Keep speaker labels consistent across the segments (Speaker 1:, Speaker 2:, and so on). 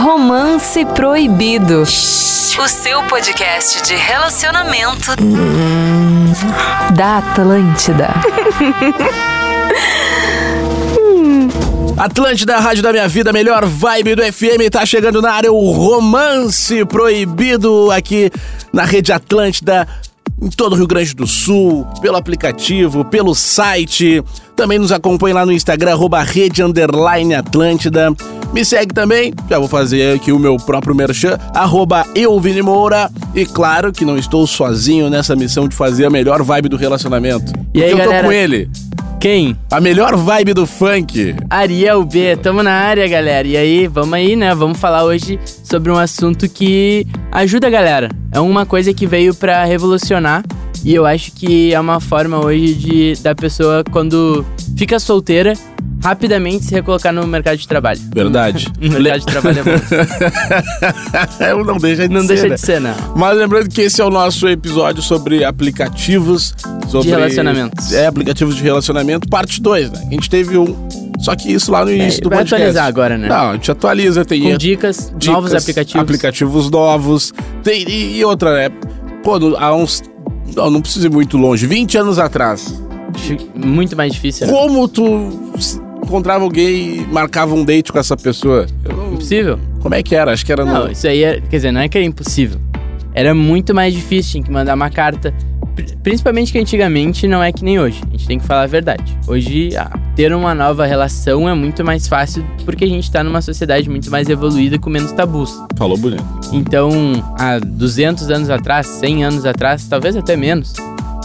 Speaker 1: Romance Proibido. O seu podcast de relacionamento da Atlântida.
Speaker 2: Atlântida, Rádio da Minha Vida, melhor vibe do FM, tá chegando na área o Romance Proibido aqui na Rede Atlântida, em todo o Rio Grande do Sul, pelo aplicativo, pelo site. Também nos acompanhe lá no Instagram, arroba Rede Underline Atlântida. Me segue também, já vou fazer aqui o meu próprio merchan, arroba eu, Vini Moura. E claro que não estou sozinho nessa missão de fazer a melhor vibe do relacionamento.
Speaker 3: E aí,
Speaker 2: Porque eu tô
Speaker 3: galera?
Speaker 2: com ele,
Speaker 3: Quem?
Speaker 2: a melhor vibe do funk.
Speaker 3: Ariel B, tamo na área, galera. E aí, vamos aí, né? Vamos falar hoje sobre um assunto que ajuda a galera. É uma coisa que veio pra revolucionar e eu acho que é uma forma hoje de da pessoa quando fica solteira rapidamente se recolocar no mercado de trabalho.
Speaker 2: Verdade.
Speaker 3: No mercado de trabalho é bom.
Speaker 2: Eu não deixa de
Speaker 3: não
Speaker 2: ser,
Speaker 3: deixa
Speaker 2: né?
Speaker 3: de ser, não.
Speaker 2: Mas lembrando que esse é o nosso episódio sobre aplicativos. Sobre...
Speaker 3: relacionamentos.
Speaker 2: É, aplicativos de relacionamento, parte 2, né? A gente teve um. Só que isso lá no início do
Speaker 3: É, Vai
Speaker 2: podcast.
Speaker 3: atualizar agora, né?
Speaker 2: Não, a gente atualiza, tem
Speaker 3: Com dicas,
Speaker 2: dicas,
Speaker 3: novos aplicativos.
Speaker 2: Aplicativos novos. Tem, e, e outra, né? Pô, no- há uns. Não, não precisa ir muito longe. 20 anos atrás.
Speaker 3: Muito mais difícil. né?
Speaker 2: Como tu se- encontrava alguém e marcava um date com essa pessoa? Eu não-
Speaker 3: Impossível?
Speaker 2: Como é que era? Acho que era
Speaker 3: Não,
Speaker 2: no.
Speaker 3: isso aí, é, quer dizer, não é que era impossível. Era muito mais difícil, tinha que mandar uma carta. Pri- Principalmente que antigamente não é que nem hoje. A gente tem que falar a verdade. Hoje, ah, ter uma nova relação é muito mais fácil porque a gente tá numa sociedade muito mais evoluída com menos tabus.
Speaker 2: Falou bonito.
Speaker 3: Então, há 200 anos atrás, 100 anos atrás, talvez até menos.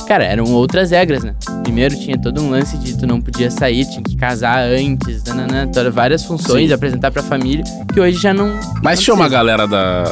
Speaker 3: Cara, eram outras regras, né? Primeiro tinha todo um lance de tu não podia sair, tinha que casar antes, nananã, toda- várias funções,
Speaker 2: Sim.
Speaker 3: apresentar pra família, que hoje já não.
Speaker 2: Mas
Speaker 3: não
Speaker 2: tinha uma
Speaker 3: precisa.
Speaker 2: galera da.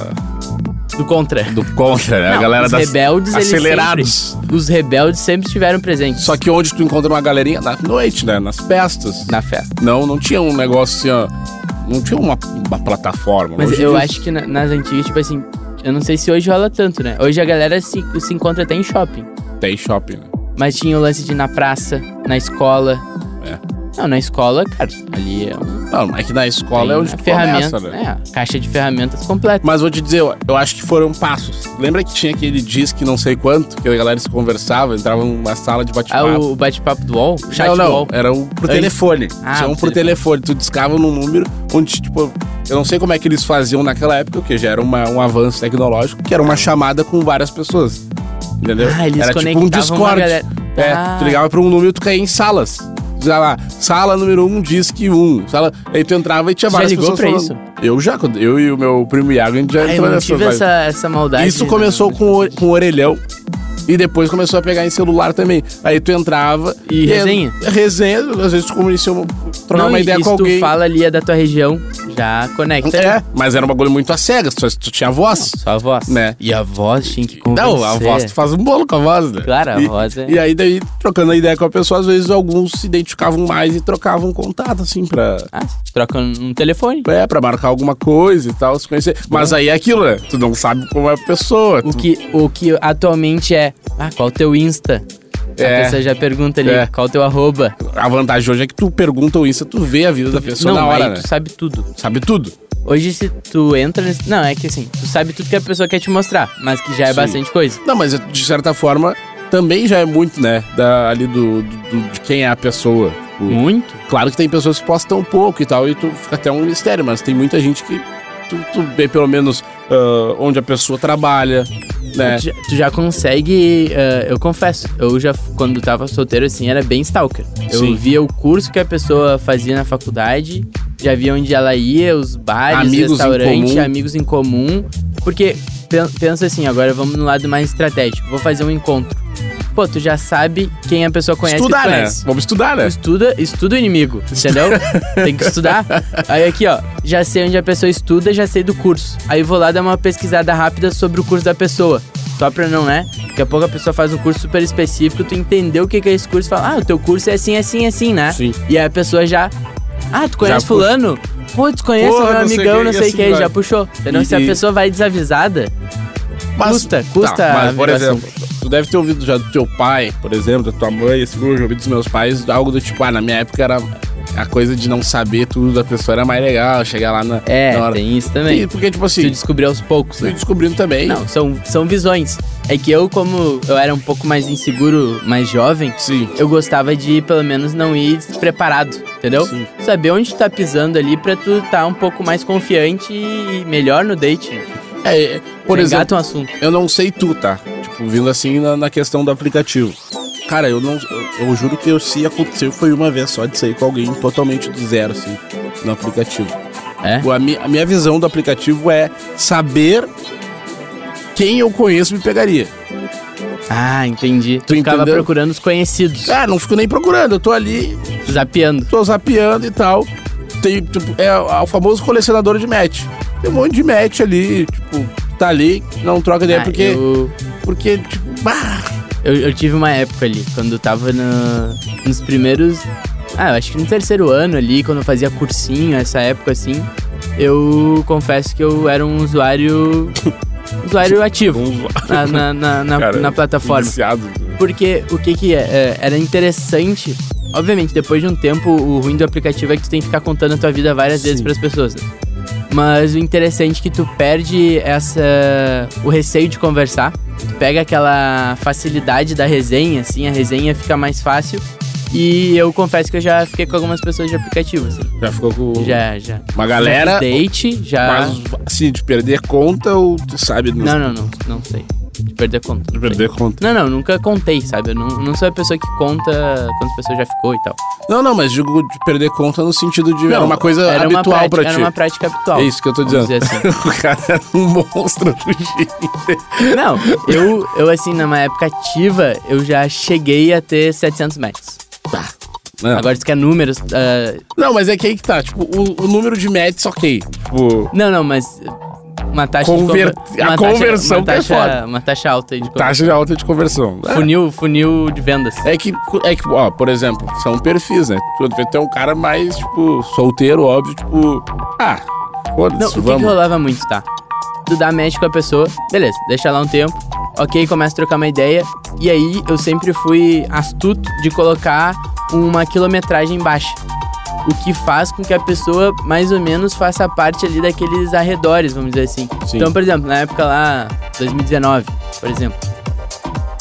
Speaker 3: Do contra.
Speaker 2: do contra, né? a
Speaker 3: Não,
Speaker 2: galera
Speaker 3: os
Speaker 2: das
Speaker 3: rebeldes, eles
Speaker 2: acelerados.
Speaker 3: Os rebeldes sempre estiveram presentes
Speaker 2: Só que onde tu encontra uma galerinha na noite, né? Nas festas.
Speaker 3: na festa.
Speaker 2: Não, não tinha um negócio assim, ó. Não tinha uma, uma plataforma. né?
Speaker 3: Mas
Speaker 2: Hoje
Speaker 3: eu
Speaker 2: diz-
Speaker 3: acho que na- nas antigas, tipo assim, eu não sei se hoje rola tanto, né? Hoje a galera se, se encontra até em shopping.
Speaker 2: Tem shopping, né?
Speaker 3: Mas tinha o lance de ir na praça, na escola.
Speaker 2: É.
Speaker 3: Não, na escola, cara, ali é um.
Speaker 2: Não, mas que na escola é
Speaker 3: tem
Speaker 2: onde
Speaker 3: a
Speaker 2: tu
Speaker 3: ferramenta,
Speaker 2: começa, né?
Speaker 3: é, a caixa de ferramentas completa.
Speaker 2: Mas vou te dizer, eu- eu acho que foram passos. Lembra que tinha aquele disque não sei quanto, que a galera se conversava, entrava numa sala de
Speaker 3: Ah,
Speaker 2: bate-papo.
Speaker 3: o bate-papo do UOL, o chat
Speaker 2: não,
Speaker 3: do
Speaker 2: não,
Speaker 3: UOL.
Speaker 2: era um pro
Speaker 3: Antes.
Speaker 2: telefone.
Speaker 3: Ah,
Speaker 2: tinha um
Speaker 3: pro
Speaker 2: pro telefone. Tu discava num número onde, tipo, eu não sei como é que eles faziam naquela época, porque já era uma- um avanço tecnológico, que era uma chamada com várias pessoas. Entendeu?
Speaker 3: Ah, eles
Speaker 2: era tipo um
Speaker 3: conectavam uma
Speaker 2: Discord.
Speaker 3: galera.
Speaker 2: É,
Speaker 3: Ah.
Speaker 2: tu ligava pra um número e tu caía em salas. Dizia lá, sala número um, disque um. Sala... Aí tu entrava e tinha
Speaker 3: Já
Speaker 2: várias
Speaker 3: ligou
Speaker 2: pessoas
Speaker 3: pra
Speaker 2: falando. Eu já, quando- eu e o meu primo Iago, a gente já
Speaker 3: Ah, eu
Speaker 2: entrou
Speaker 3: não
Speaker 2: nessa
Speaker 3: tive
Speaker 2: vibe.
Speaker 3: essa, essa maldade.
Speaker 2: Isso começou com o, com o orelhão. E depois começou a pegar em celular também. Aí tu entrava.
Speaker 3: E resenha?
Speaker 2: é- resenha, às vezes tu comunicou, trocar
Speaker 3: Não,
Speaker 2: uma
Speaker 3: e-
Speaker 2: ideia
Speaker 3: e
Speaker 2: com
Speaker 3: se
Speaker 2: alguém.
Speaker 3: tu fala ali é da tua região, já conecta.
Speaker 2: É, mas era um bagulho muito a cegas, tu, tu tinha voz.
Speaker 3: Só a voz.
Speaker 2: Né?
Speaker 3: E a voz tinha que convencer.
Speaker 2: Não, a voz, tu faz um bolo com a voz, né?
Speaker 3: Claro, a
Speaker 2: e,
Speaker 3: voz é-
Speaker 2: E aí, daí, trocando a ideia com a pessoa, às vezes alguns se identificavam mais e trocavam contato, assim, pra.
Speaker 3: Ah, troca um telefone.
Speaker 2: É, pra marcar alguma coisa e tal, se conhecer. Mas
Speaker 3: Uhum.
Speaker 2: aí é aquilo, né? Tu não sabe como é a pessoa.
Speaker 3: O
Speaker 2: tu-
Speaker 3: que, o que atualmente é, ah, qual o teu Insta?
Speaker 2: É.
Speaker 3: A pessoa já pergunta ali,
Speaker 2: É.
Speaker 3: qual o teu arroba?
Speaker 2: A vantagem hoje é que tu pergunta o Insta, tu vê a vida da pessoa
Speaker 3: não,
Speaker 2: na hora,
Speaker 3: aí
Speaker 2: né?
Speaker 3: tu sabe tudo.
Speaker 2: Sabe tudo.
Speaker 3: Hoje se tu entra nesse... Não, é que assim, tu sabe tudo que a pessoa quer te mostrar, mas que já é
Speaker 2: Sim.
Speaker 3: bastante coisa.
Speaker 2: Não, mas de certa forma também já é muito, né? Da, ali do, do- do- de quem é a pessoa. Tipo,
Speaker 3: Muito.
Speaker 2: Claro que tem pessoas que postam um pouco e tal, e tu fica até um mistério, mas tem muita gente que tu, tu vê pelo menos ah, onde a pessoa trabalha, né?
Speaker 3: Tu, já, tu já consegue... eh, eu confesso, eu já, quando tava solteiro assim, era bem stalker. Eu
Speaker 2: Sim.
Speaker 3: via o curso que a pessoa fazia na faculdade, já via onde ela ia, os bares,
Speaker 2: Amigos em
Speaker 3: restaurantes,
Speaker 2: comum.
Speaker 3: amigos em comum. Porque, pen- pensa assim, agora vamos no lado mais estratégico. Vou fazer um encontro. Pô, tu já sabe quem a pessoa conhece e
Speaker 2: estudar,
Speaker 3: tu
Speaker 2: né?
Speaker 3: conhece.
Speaker 2: Vamos estudar, né?
Speaker 3: Estuda, estuda o inimigo, entendeu? Tem que estudar. Aí aqui, ó, já sei onde a pessoa estuda, já sei do curso. Aí vou lá dar uma pesquisada rápida sobre o curso da pessoa. Só pra não, né? Daqui a pouco a pessoa faz um curso super específico, tu entendeu o que que é esse curso e fala, ah, o teu curso é assim, assim, assim, né?
Speaker 2: Sim.
Speaker 3: E aí a pessoa já. Ah, tu conhece
Speaker 2: Já puxa.
Speaker 3: fulano? Pô, tu conhece
Speaker 2: Porra,
Speaker 3: meu
Speaker 2: não sei
Speaker 3: amigão,
Speaker 2: quem,
Speaker 3: não
Speaker 2: e
Speaker 3: sei
Speaker 2: assim
Speaker 3: quem,
Speaker 2: vai.
Speaker 3: já puxou. Entendeu?
Speaker 2: E-
Speaker 3: Se a
Speaker 2: e-
Speaker 3: pessoa vai desavisada, custa, custa.
Speaker 2: Tá, mas, por
Speaker 3: amigo,
Speaker 2: exemplo,
Speaker 3: assim.
Speaker 2: tu deve ter ouvido já do teu pai, por exemplo, da tua mãe, esse eu já ouvi dos meus pais, algo do tipo, ah, na minha época era a coisa de não saber tudo da pessoa era mais legal, chegar lá na,
Speaker 3: É,
Speaker 2: na hora.
Speaker 3: tem isso também.
Speaker 2: E, porque, tipo
Speaker 3: Tu
Speaker 2: assim,
Speaker 3: descobrir aos poucos,
Speaker 2: fui
Speaker 3: né?
Speaker 2: descobrindo também.
Speaker 3: Não, são, são visões. É que eu, como eu era um pouco mais inseguro, mais jovem,
Speaker 2: Sim.
Speaker 3: eu gostava de, pelo menos, não ir despreparado, entendeu?
Speaker 2: Sim.
Speaker 3: Saber onde tu tá pisando ali pra tu tá um pouco mais confiante e melhor no date, né?
Speaker 2: É, é, por exemplo,
Speaker 3: Engata um assunto.
Speaker 2: eu não sei tu, tá? Tipo, vindo assim na, na questão do aplicativo. Cara, eu não. Eu, eu juro que eu, se aconteceu foi uma vez só de sair com alguém totalmente do zero, assim, no aplicativo. Tipo,
Speaker 3: É?
Speaker 2: A, mi- a minha visão do aplicativo é saber quem eu conheço me pegaria.
Speaker 3: Ah, entendi. Tu,
Speaker 2: Tu
Speaker 3: ficava
Speaker 2: entendeu?
Speaker 3: procurando os conhecidos,
Speaker 2: Ah, não fico nem procurando, eu tô ali,
Speaker 3: zapeando.
Speaker 2: tô zapeando e tal. Tem, tipo, é o famoso colecionador de match. Tem um monte de match ali, tipo, tá ali, não troca ideia
Speaker 3: Ah,
Speaker 2: É porque.
Speaker 3: eu,
Speaker 2: Porque, tipo, bah,
Speaker 3: eu, eu tive uma época ali, quando eu tava no- nos primeiros. Ah, eu acho que no terceiro ano ali, quando eu fazia cursinho, essa época assim, eu confesso que eu era um usuário. usuário ativo na, na, na, na-
Speaker 2: Cara,
Speaker 3: na plataforma.
Speaker 2: né?
Speaker 3: Porque o que que é? É, Era interessante. Obviamente, depois de um tempo, o ruim do aplicativo é que tu tem que ficar contando a tua vida várias vezes
Speaker 2: Sim.
Speaker 3: pras pessoas. né? Mas o interessante é que tu perde essa o receio de conversar. Tu pega aquela facilidade da resenha, assim, a resenha fica mais fácil. E eu confesso que eu já fiquei com algumas pessoas de aplicativo, assim.
Speaker 2: Já ficou com
Speaker 3: Já, já.
Speaker 2: uma galera.
Speaker 3: Já fiz date, já.
Speaker 2: É, Mas, assim, de perder conta ou tu sabe?
Speaker 3: Não, não, não. Não sei. De perder conta.
Speaker 2: De
Speaker 3: não sei.
Speaker 2: perder conta.
Speaker 3: Não, não, nunca contei, sabe? Eu não, não sou a pessoa que conta quantas pessoas já ficou e tal.
Speaker 2: Não, não, mas digo de perder conta no sentido de. era
Speaker 3: Não,
Speaker 2: uma coisa
Speaker 3: era uma
Speaker 2: habitual
Speaker 3: prática-
Speaker 2: pra ti.
Speaker 3: Era uma prática habitual.
Speaker 2: É isso que eu tô
Speaker 3: vamos
Speaker 2: dizendo.
Speaker 3: dizer assim.
Speaker 2: o cara era um monstro do Tinder.
Speaker 3: Não, eu, eu assim, numa época ativa, eu já cheguei a ter 700 matches.
Speaker 2: Não.
Speaker 3: Agora isso que é números. ah,
Speaker 2: não, mas é que aí que tá. Tipo, o, o número de matches, ok. Tipo,
Speaker 3: não, não, mas uma taxa
Speaker 2: Conver-
Speaker 3: de conver-
Speaker 2: a
Speaker 3: uma
Speaker 2: conversão
Speaker 3: taxa, uma
Speaker 2: que é
Speaker 3: taxa,
Speaker 2: foda. Tá.
Speaker 3: Uma taxa alta aí de conversão.
Speaker 2: taxa de alta de conversão. É.
Speaker 3: Funil, funil de vendas.
Speaker 2: É que, é que, ó, por exemplo, são perfis, né? Tu deve ter um cara mais, tipo, solteiro, óbvio, tipo, ah,
Speaker 3: Não,
Speaker 2: foda-se,
Speaker 3: o que, que
Speaker 2: vamos.
Speaker 3: rolava muito, tá? Tu dá match com a pessoa, beleza, deixa lá um tempo, ok, começa a trocar uma ideia. E aí eu sempre fui astuto de colocar uma quilometragem baixa. O que faz com que a pessoa mais ou menos faça parte ali daqueles arredores, vamos dizer assim.
Speaker 2: Sim.
Speaker 3: Então, por exemplo, na época lá, 2019, por exemplo,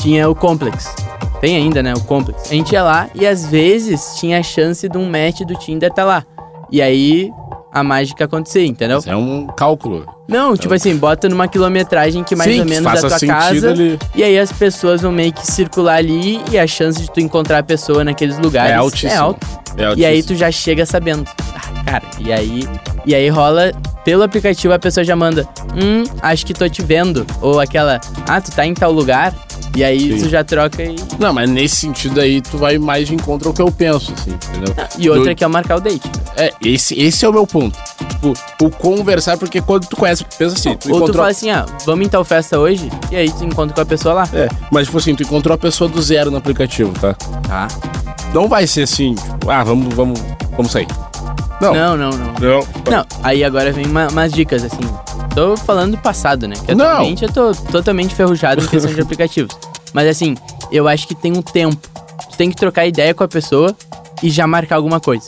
Speaker 3: tinha o Complex. Tem ainda, né? O Complex. A gente ia lá e às vezes tinha a chance de um match do Tinder tá lá. E aí a mágica acontecia, entendeu?
Speaker 2: Isso é um cálculo.
Speaker 3: Não, tipo assim, bota numa quilometragem que mais
Speaker 2: Então. Sim,
Speaker 3: ou
Speaker 2: que
Speaker 3: menos
Speaker 2: faça
Speaker 3: da tua
Speaker 2: sentido
Speaker 3: casa.
Speaker 2: ali.
Speaker 3: E aí as pessoas vão meio que circular ali e a chance de tu encontrar a pessoa naqueles lugares
Speaker 2: É altíssimo.
Speaker 3: é alta.
Speaker 2: É
Speaker 3: E aí
Speaker 2: altíssimo.
Speaker 3: tu já chega sabendo. Ah, cara, e aí, e aí rola pelo aplicativo a pessoa já manda: "Hum, acho que tô te vendo" ou aquela: "Ah, tu tá em tal lugar". E aí
Speaker 2: Sim.
Speaker 3: tu já troca e
Speaker 2: Não, mas nesse sentido aí, tu vai mais de encontro ao que eu penso, assim, entendeu?
Speaker 3: e outra
Speaker 2: Do-
Speaker 3: que é o marcar o date.
Speaker 2: É, esse, esse é o meu ponto. Tipo, o conversar, porque quando tu conhece, pensa assim, tu
Speaker 3: ou tu
Speaker 2: encontrou...
Speaker 3: fala assim: "Ah, vamos em tal festa hoje?" E aí tu encontra com a pessoa lá.
Speaker 2: É, mas tipo assim, tu encontrou a pessoa do zero no aplicativo, tá?
Speaker 3: Tá.
Speaker 2: Não vai ser assim, tipo, ah, vamos, vamos, vamos sair. Não.
Speaker 3: Não, não, não.
Speaker 2: Não.
Speaker 3: Não, aí agora vem uma- umas dicas, assim. Tô falando do passado, né? Que
Speaker 2: Não.
Speaker 3: atualmente eu tô totalmente ferrujado em questão de aplicativos. Mas assim, eu acho que tem um tempo. Tu tem que trocar ideia com a pessoa e já marcar alguma coisa.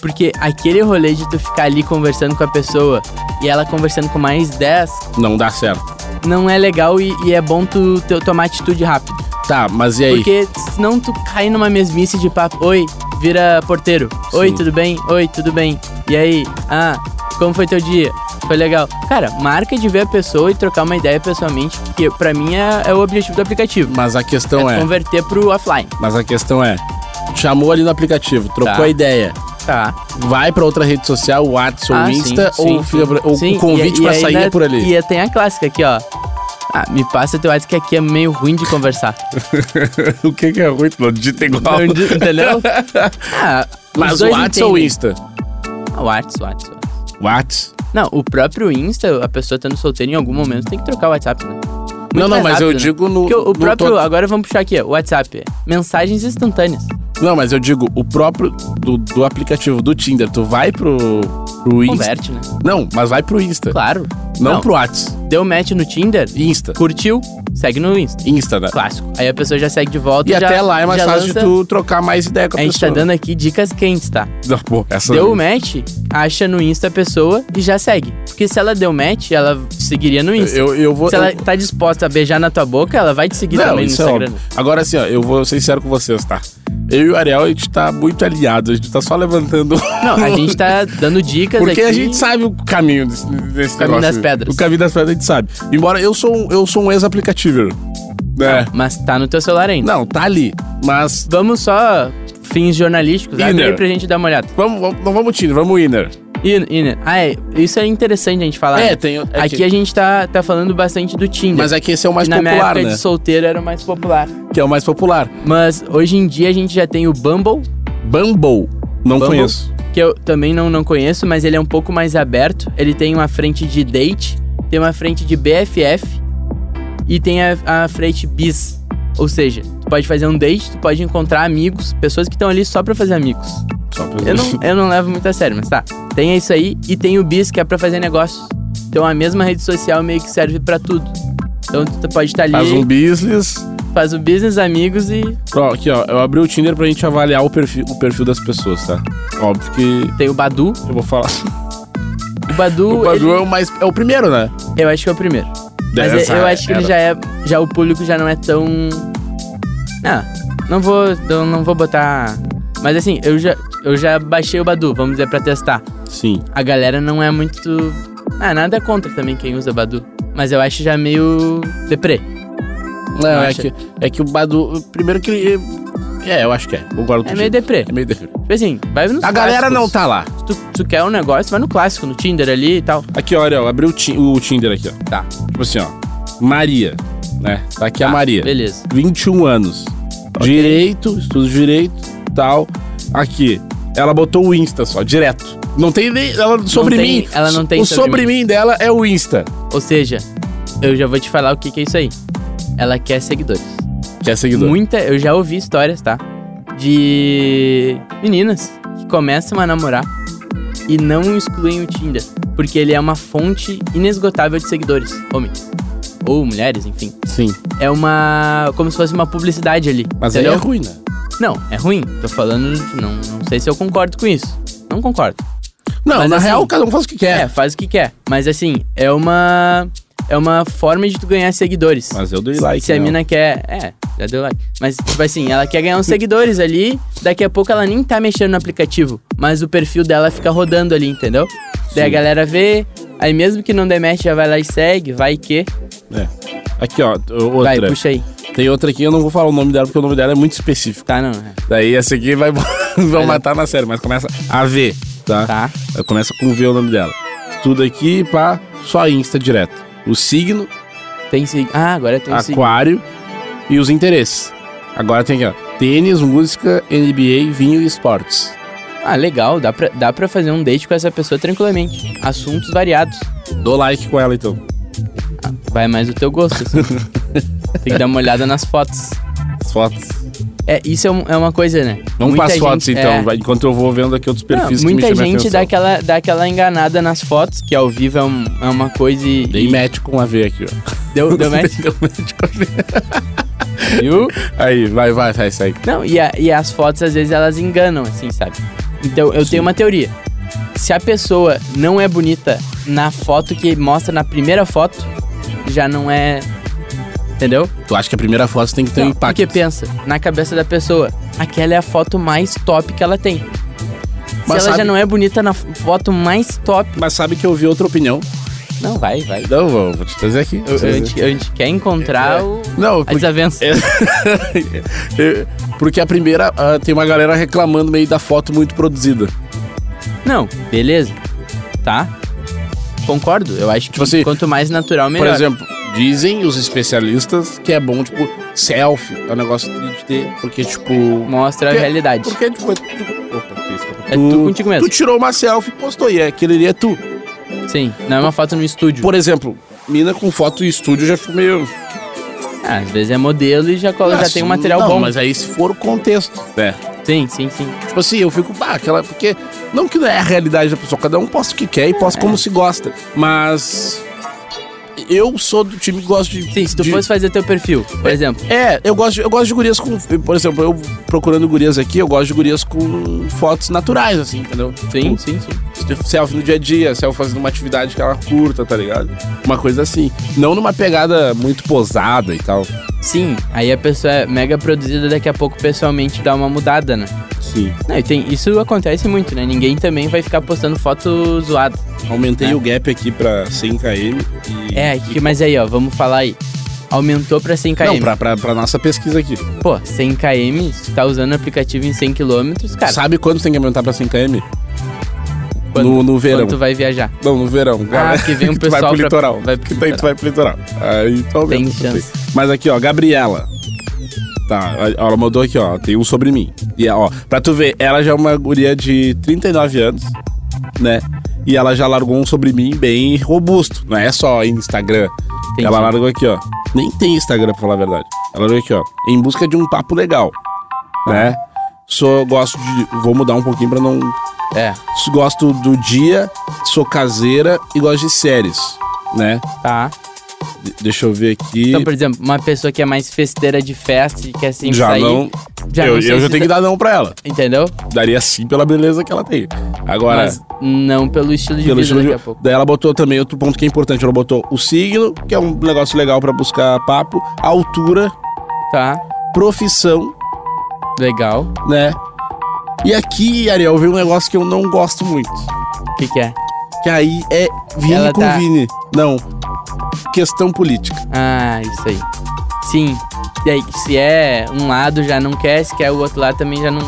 Speaker 3: Porque aquele rolê de tu ficar ali conversando com a pessoa e ela conversando com mais 10,
Speaker 2: Não dá certo.
Speaker 3: não é legal e, e é bom tu, tu tomar atitude rápido.
Speaker 2: Tá, mas e aí?
Speaker 3: Porque senão tu cai numa mesmice de papo. Oi, vira porteiro. Oi,
Speaker 2: Sim.
Speaker 3: tudo bem? Oi, tudo bem? E aí? Ah, como foi teu dia? Foi legal. Cara, marca de ver a pessoa e trocar uma ideia pessoalmente, que pra mim é, é o objetivo do aplicativo.
Speaker 2: Mas a questão
Speaker 3: é
Speaker 2: é,
Speaker 3: converter pro offline.
Speaker 2: mas a questão é, chamou ali no aplicativo, trocou
Speaker 3: Tá.
Speaker 2: a ideia,
Speaker 3: Tá.
Speaker 2: vai pra outra rede social, o WhatsApp ou
Speaker 3: Ah,
Speaker 2: o
Speaker 3: sim,
Speaker 2: Insta,
Speaker 3: sim,
Speaker 2: ou,
Speaker 3: sim.
Speaker 2: fica pra- ou
Speaker 3: Sim,
Speaker 2: o convite
Speaker 3: e- e
Speaker 2: pra
Speaker 3: aí
Speaker 2: sair
Speaker 3: ainda-
Speaker 2: é por ali.
Speaker 3: E tem a clássica aqui, ó. Ah, me passa teu WhatsApp que aqui é meio ruim de conversar.
Speaker 2: o que que é ruim? Não digita igual.
Speaker 3: Não, de- entendeu? Ah, os
Speaker 2: Mas o
Speaker 3: dois
Speaker 2: WhatsApp ou o
Speaker 3: entendem.
Speaker 2: Insta?
Speaker 3: Ah, WhatsApp, WhatsApp.
Speaker 2: WhatsApp?
Speaker 3: Não, o próprio Insta, a pessoa estando solteira em algum momento tem que trocar o WhatsApp, né? Muito
Speaker 2: Não, não,
Speaker 3: mais
Speaker 2: mas eu
Speaker 3: rápido, né?
Speaker 2: digo no...
Speaker 3: Porque o, o
Speaker 2: no
Speaker 3: próprio.
Speaker 2: to-
Speaker 3: Agora vamos puxar aqui, ó, WhatsApp. Mensagens instantâneas.
Speaker 2: Não, mas eu digo, o próprio do, do aplicativo do Tinder, tu vai pro, pro Insta.
Speaker 3: Converte, né?
Speaker 2: Não, mas vai pro Insta.
Speaker 3: Claro.
Speaker 2: Não,
Speaker 3: Não.
Speaker 2: pro Whats.
Speaker 3: Deu match no Tinder,
Speaker 2: Insta.
Speaker 3: curtiu, segue no Insta.
Speaker 2: Insta, né?
Speaker 3: Clássico. Aí a pessoa já segue de volta
Speaker 2: E
Speaker 3: já-
Speaker 2: até lá é mais
Speaker 3: já
Speaker 2: fácil
Speaker 3: lança-
Speaker 2: de tu trocar mais ideia com a,
Speaker 3: A gente tá
Speaker 2: pessoa.
Speaker 3: dando aqui dicas quentes, tá?
Speaker 2: Não, pô, essa...
Speaker 3: Deu o match, acha no Insta a pessoa e já segue. Porque se ela deu match, ela seguiria no Insta.
Speaker 2: eu, eu vou...
Speaker 3: se ela
Speaker 2: eu-
Speaker 3: tá disposta a beijar na tua boca, ela vai te seguir
Speaker 2: Não,
Speaker 3: também no
Speaker 2: isso é
Speaker 3: Instagram. né?
Speaker 2: óbvio. Agora assim, ó, eu vou ser sincero com vocês, tá? Eu e o Ariel, a gente tá muito aliado, a gente tá só levantando.
Speaker 3: Não, a gente tá dando dicas
Speaker 2: Porque
Speaker 3: aqui.
Speaker 2: a gente sabe o caminho desse, desse
Speaker 3: O caminho
Speaker 2: negócio.
Speaker 3: das pedras.
Speaker 2: O caminho das pedras a gente sabe. Embora eu sou um, eu sou um ex-aplicativer. Né?
Speaker 3: Mas tá no teu celular ainda.
Speaker 2: Não, tá ali. Mas.
Speaker 3: Vamos só fins jornalísticos. Abre
Speaker 2: Inner.
Speaker 3: aí pra gente dar uma olhada.
Speaker 2: Vamos, vamos- não vamos Tinder, vamos Inner.
Speaker 3: In- Inner. Ah, é, isso é interessante a gente falar. né?
Speaker 2: tem.
Speaker 3: Aqui a gente tá, tá falando bastante do Tinder.
Speaker 2: é Mas aqui esse é o mais
Speaker 3: Na minha
Speaker 2: popular,
Speaker 3: época
Speaker 2: né?
Speaker 3: de solteiro era o mais popular.
Speaker 2: Que é o mais popular.
Speaker 3: Mas hoje em dia a gente já tem o Bumble,
Speaker 2: Bumble. Não
Speaker 3: Bumble?
Speaker 2: conheço.
Speaker 3: que eu também não, não conheço, mas ele é um pouco mais aberto. Ele tem uma frente de date, tem uma frente de BFF e tem a, a frente bis. Ou seja, tu pode fazer um date, tu pode encontrar amigos, pessoas que estão ali só pra fazer amigos.
Speaker 2: Só pra...
Speaker 3: Eu não, eu não levo muito a sério, mas tá. Tem isso aí e tem o bis, que é pra fazer negócios. Então a mesma rede social meio que serve pra tudo. Então tu pode estar ali,
Speaker 2: Faz um business.
Speaker 3: faz o business, amigos e
Speaker 2: Ó, aqui, ó. Eu abri o Tinder pra gente avaliar o perfil, o perfil das pessoas, tá? Óbvio que
Speaker 3: tem o Badu.
Speaker 2: eu vou falar.
Speaker 3: O Badu,
Speaker 2: O Badu
Speaker 3: ele-
Speaker 2: é o mais. É o primeiro, né?
Speaker 3: eu acho que é o primeiro. Mas
Speaker 2: Dessa
Speaker 3: eu acho que ele
Speaker 2: era.
Speaker 3: já é. Já o público já não é tão. ah, Não, não vou. Não, não vou botar. Mas assim, eu já, eu já baixei o Badu, vamos dizer, pra testar.
Speaker 2: Sim.
Speaker 3: A galera não é muito. Ah, nada contra também quem usa Badu. Mas eu acho já meio. deprê.
Speaker 2: Não, é
Speaker 3: Acha?
Speaker 2: que, é que o Badu. Primeiro que ele. É, eu acho que é. Concordo
Speaker 3: É
Speaker 2: contigo.
Speaker 3: meio deprê.
Speaker 2: É meio deprê.
Speaker 3: Tipo assim, vai nos
Speaker 2: A galera não tá lá.
Speaker 3: Tu, tu quer um negócio, vai no clássico, no Tinder ali e tal.
Speaker 2: Aqui, olha, ó, abri o, Ti- o Tinder aqui, ó.
Speaker 3: Tá.
Speaker 2: Tipo assim, ó. Maria, né? Tá aqui a Maria.
Speaker 3: Beleza.
Speaker 2: 21 anos. Direito, estudo de direito, tal. Aqui. Ela botou o Insta só, direto. Não tem nem. Ela, sobre
Speaker 3: tem-
Speaker 2: mim.
Speaker 3: ela não tem
Speaker 2: O
Speaker 3: sobre
Speaker 2: sobre, mim. dela é o Insta.
Speaker 3: Ou seja, eu já vou te falar o que, que é isso aí. Ela quer seguidores.
Speaker 2: Que é seguidor.
Speaker 3: Muita, eu já ouvi histórias, tá? De meninas que começam a namorar e não excluem o Tinder, porque ele é uma fonte inesgotável de seguidores, homens ou mulheres, enfim.
Speaker 2: Sim.
Speaker 3: É uma como se fosse uma publicidade ali,
Speaker 2: Mas aí
Speaker 3: entendeu?
Speaker 2: é ruim, né?
Speaker 3: Não, é ruim. Tô falando, de- não, não sei se eu concordo com isso. Não concordo.
Speaker 2: Não,
Speaker 3: Mas
Speaker 2: na
Speaker 3: assim-
Speaker 2: real, cada um faz o que
Speaker 3: É.
Speaker 2: quer.
Speaker 3: faz o que quer, mas assim, é uma é uma forma de tu ganhar seguidores.
Speaker 2: Mas eu dei like.
Speaker 3: Se a
Speaker 2: né?
Speaker 3: mina quer. É, já deu like. Mas, tipo assim, ela quer ganhar uns seguidores ali, daqui a pouco ela nem tá mexendo no aplicativo. Mas o perfil dela fica rodando ali, entendeu? Daí a
Speaker 2: Sim.
Speaker 3: galera vê, aí mesmo que não der match, já vai lá e segue, vai que.
Speaker 2: É. Aqui, ó,
Speaker 3: Vai,
Speaker 2: outra.
Speaker 3: puxa aí.
Speaker 2: Tem outra aqui, eu não vou falar o nome dela, porque o nome dela é muito específico.
Speaker 3: Tá, não. é.
Speaker 2: Daí essa aqui vai vão
Speaker 3: Olha.
Speaker 2: matar na série, mas começa a V, tá?
Speaker 3: Tá.
Speaker 2: Começa com V o nome dela. Tudo aqui, pá, só Insta direto. O signo,
Speaker 3: Tem seguir. Ah, agora tem seguir.
Speaker 2: aquário e os interesses. Agora tem aqui, ó. Tênis, música, NBA, vinho e esportes.
Speaker 3: Ah, legal, dá pra, dá pra fazer um date com essa pessoa tranquilamente. Assuntos variados.
Speaker 2: Dou like com ela, então.
Speaker 3: Vai mais do teu gosto, assim. tem que dar uma olhada nas fotos.
Speaker 2: As fotos.
Speaker 3: É, isso é, um- é uma coisa, né?
Speaker 2: Vamos
Speaker 3: Muita
Speaker 2: para as fotos,
Speaker 3: gente-
Speaker 2: então,
Speaker 3: é.
Speaker 2: vai- enquanto eu vou vendo aqui outros perfis
Speaker 3: Não,
Speaker 2: que me
Speaker 3: muita
Speaker 2: chamam a
Speaker 3: gente dá
Speaker 2: atenção.
Speaker 3: aquela, dá aquela enganada nas fotos, que ao vivo é, um- é uma coisa e.
Speaker 2: Dei
Speaker 3: e
Speaker 2: match com a V aqui, ó.
Speaker 3: deu, deu match,
Speaker 2: Deu match com a V.
Speaker 3: viu?
Speaker 2: Aí, vai, vai, vai, segue.
Speaker 3: Não, e, a- e as fotos às vezes elas enganam, assim, sabe? Então eu tenho uma teoria. Se a pessoa não é bonita na foto que mostra na primeira foto, já não é. Entendeu? Então,
Speaker 2: Tu acha que a primeira foto tem que ter um
Speaker 3: Não,
Speaker 2: impacto.
Speaker 3: Porque pensa, na cabeça da pessoa, aquela é a foto mais top que ela tem.
Speaker 2: Mas
Speaker 3: Se ela
Speaker 2: sabe-
Speaker 3: já não é bonita na foto mais top.
Speaker 2: Mas sabe que eu vi outra opinião.
Speaker 3: Não, vai, vai.
Speaker 2: Não, vou, vou te trazer aqui.
Speaker 3: Eu- eu- a, gente, a gente quer
Speaker 2: É,
Speaker 3: encontrar o.
Speaker 2: Não,
Speaker 3: A
Speaker 2: porque,
Speaker 3: desavença.
Speaker 2: eu- porque a primeira ah, tem uma galera reclamando meio da foto muito produzida.
Speaker 3: Não, beleza. Tá? Concordo. Eu acho que
Speaker 2: Tipo assim,
Speaker 3: quanto mais natural, melhor.
Speaker 2: Por exemplo, dizem os especialistas que é bom, tipo, selfie. É um negócio de ter. Porque, tipo.
Speaker 3: Mostra
Speaker 2: Porque-
Speaker 3: a realidade.
Speaker 2: Porque, tipo, é tu. Opa, que isso, cara.
Speaker 3: É tu contigo mesmo.
Speaker 2: Tu tirou uma selfie e postou. E aquele ali é tu.
Speaker 3: Sim, não é uma foto no estúdio.
Speaker 2: Por exemplo, mina com foto em estúdio já ficou meio.
Speaker 3: Ah, às vezes é modelo e já, cola, já
Speaker 2: Ah,
Speaker 3: tem um material
Speaker 2: não,
Speaker 3: bom.
Speaker 2: Mas aí se for o contexto. É.
Speaker 3: Sim, sim, sim.
Speaker 2: Tipo assim, eu fico, pá, aquela.
Speaker 3: É.
Speaker 2: Porque. Não que não é a realidade da pessoa, cada um posta o que quer e posta como se gosta. Mas. eu sou do time que gosto de.
Speaker 3: Sim, se tu
Speaker 2: de-
Speaker 3: fosse fazer teu perfil, por exemplo.
Speaker 2: É, eu gosto, de, eu gosto de gurias com. Por exemplo, eu procurando gurias aqui, eu gosto de gurias com fotos naturais, assim, entendeu?
Speaker 3: Sim, sim, sim.
Speaker 2: Tipo, selfie no dia a dia, selfie fazendo uma atividade que ela curta, tá ligado? Uma coisa assim. Não numa pegada muito posada e tal.
Speaker 3: Sim, aí a pessoa é mega produzida, daqui a pouco pessoalmente dá uma mudada, né?
Speaker 2: Sim.
Speaker 3: Não, e tem, isso acontece muito, né? Ninguém também vai ficar postando foto zoada.
Speaker 2: Aumentei
Speaker 3: É.
Speaker 2: o gap aqui pra 100km e.
Speaker 3: É, que- mas aí, ó, vamos falar aí. Aumentou pra 100 km.
Speaker 2: Não, pra, pra, pra nossa pesquisa aqui.
Speaker 3: Pô, 100 km, se tu tá usando o aplicativo em 100 km, cara,
Speaker 2: Sabe quando tem que aumentar pra 100km?
Speaker 3: Quando-
Speaker 2: no, no verão.
Speaker 3: quando tu vai viajar?
Speaker 2: Não, no verão.
Speaker 3: Ah, que vem um
Speaker 2: tu vai
Speaker 3: pessoal
Speaker 2: pro
Speaker 3: pra-
Speaker 2: litoral.
Speaker 3: vai pro
Speaker 2: que daí tu vai pro litoral. Aí então, tu aumenta.
Speaker 3: Tem
Speaker 2: o sorteio.
Speaker 3: chance.
Speaker 2: Mas aqui, ó, Gabriela. Tá, ó, ela mandou aqui, ó, tem um sobre mim. E, ó, pra tu ver, ela já é uma guria de 39 anos, né? E ela já largou um sobre mim bem robusto. Não é só Instagram.
Speaker 3: Entendi.
Speaker 2: Ela largou aqui, ó. Nem tem Instagram, pra falar a verdade. Ela largou aqui, ó. Em busca de um papo legal, né? Só gosto de... Vou mudar um pouquinho pra não
Speaker 3: É,
Speaker 2: gosto do dia, sou caseira e gosto de séries, né?
Speaker 3: tá.
Speaker 2: De- deixa eu ver aqui.
Speaker 3: Então, por exemplo, uma pessoa que é mais festeira de festa e quer sempre
Speaker 2: já
Speaker 3: sair.
Speaker 2: não.
Speaker 3: já
Speaker 2: eu
Speaker 3: não sei
Speaker 2: eu
Speaker 3: se tá
Speaker 2: já tenho que dar não pra ela.
Speaker 3: Entendeu?
Speaker 2: Daria sim pela beleza que ela tem. Agora,
Speaker 3: Mas não pelo estilo de
Speaker 2: pelo
Speaker 3: vida
Speaker 2: estilo
Speaker 3: daqui
Speaker 2: de-
Speaker 3: a pouco.
Speaker 2: Daí ela botou também outro ponto que é importante. Ela botou o signo, que é um negócio legal pra buscar papo, a altura,
Speaker 3: Tá,
Speaker 2: profissão,
Speaker 3: legal.
Speaker 2: né? E aqui, Ariel, veio um negócio que eu não gosto muito.
Speaker 3: O que, que é?
Speaker 2: Que aí é Vini
Speaker 3: Ela
Speaker 2: com
Speaker 3: tá-
Speaker 2: Vini. Não. Questão política.
Speaker 3: Ah, isso aí. Sim. E aí, se é um lado já não quer, se quer o outro lado também já não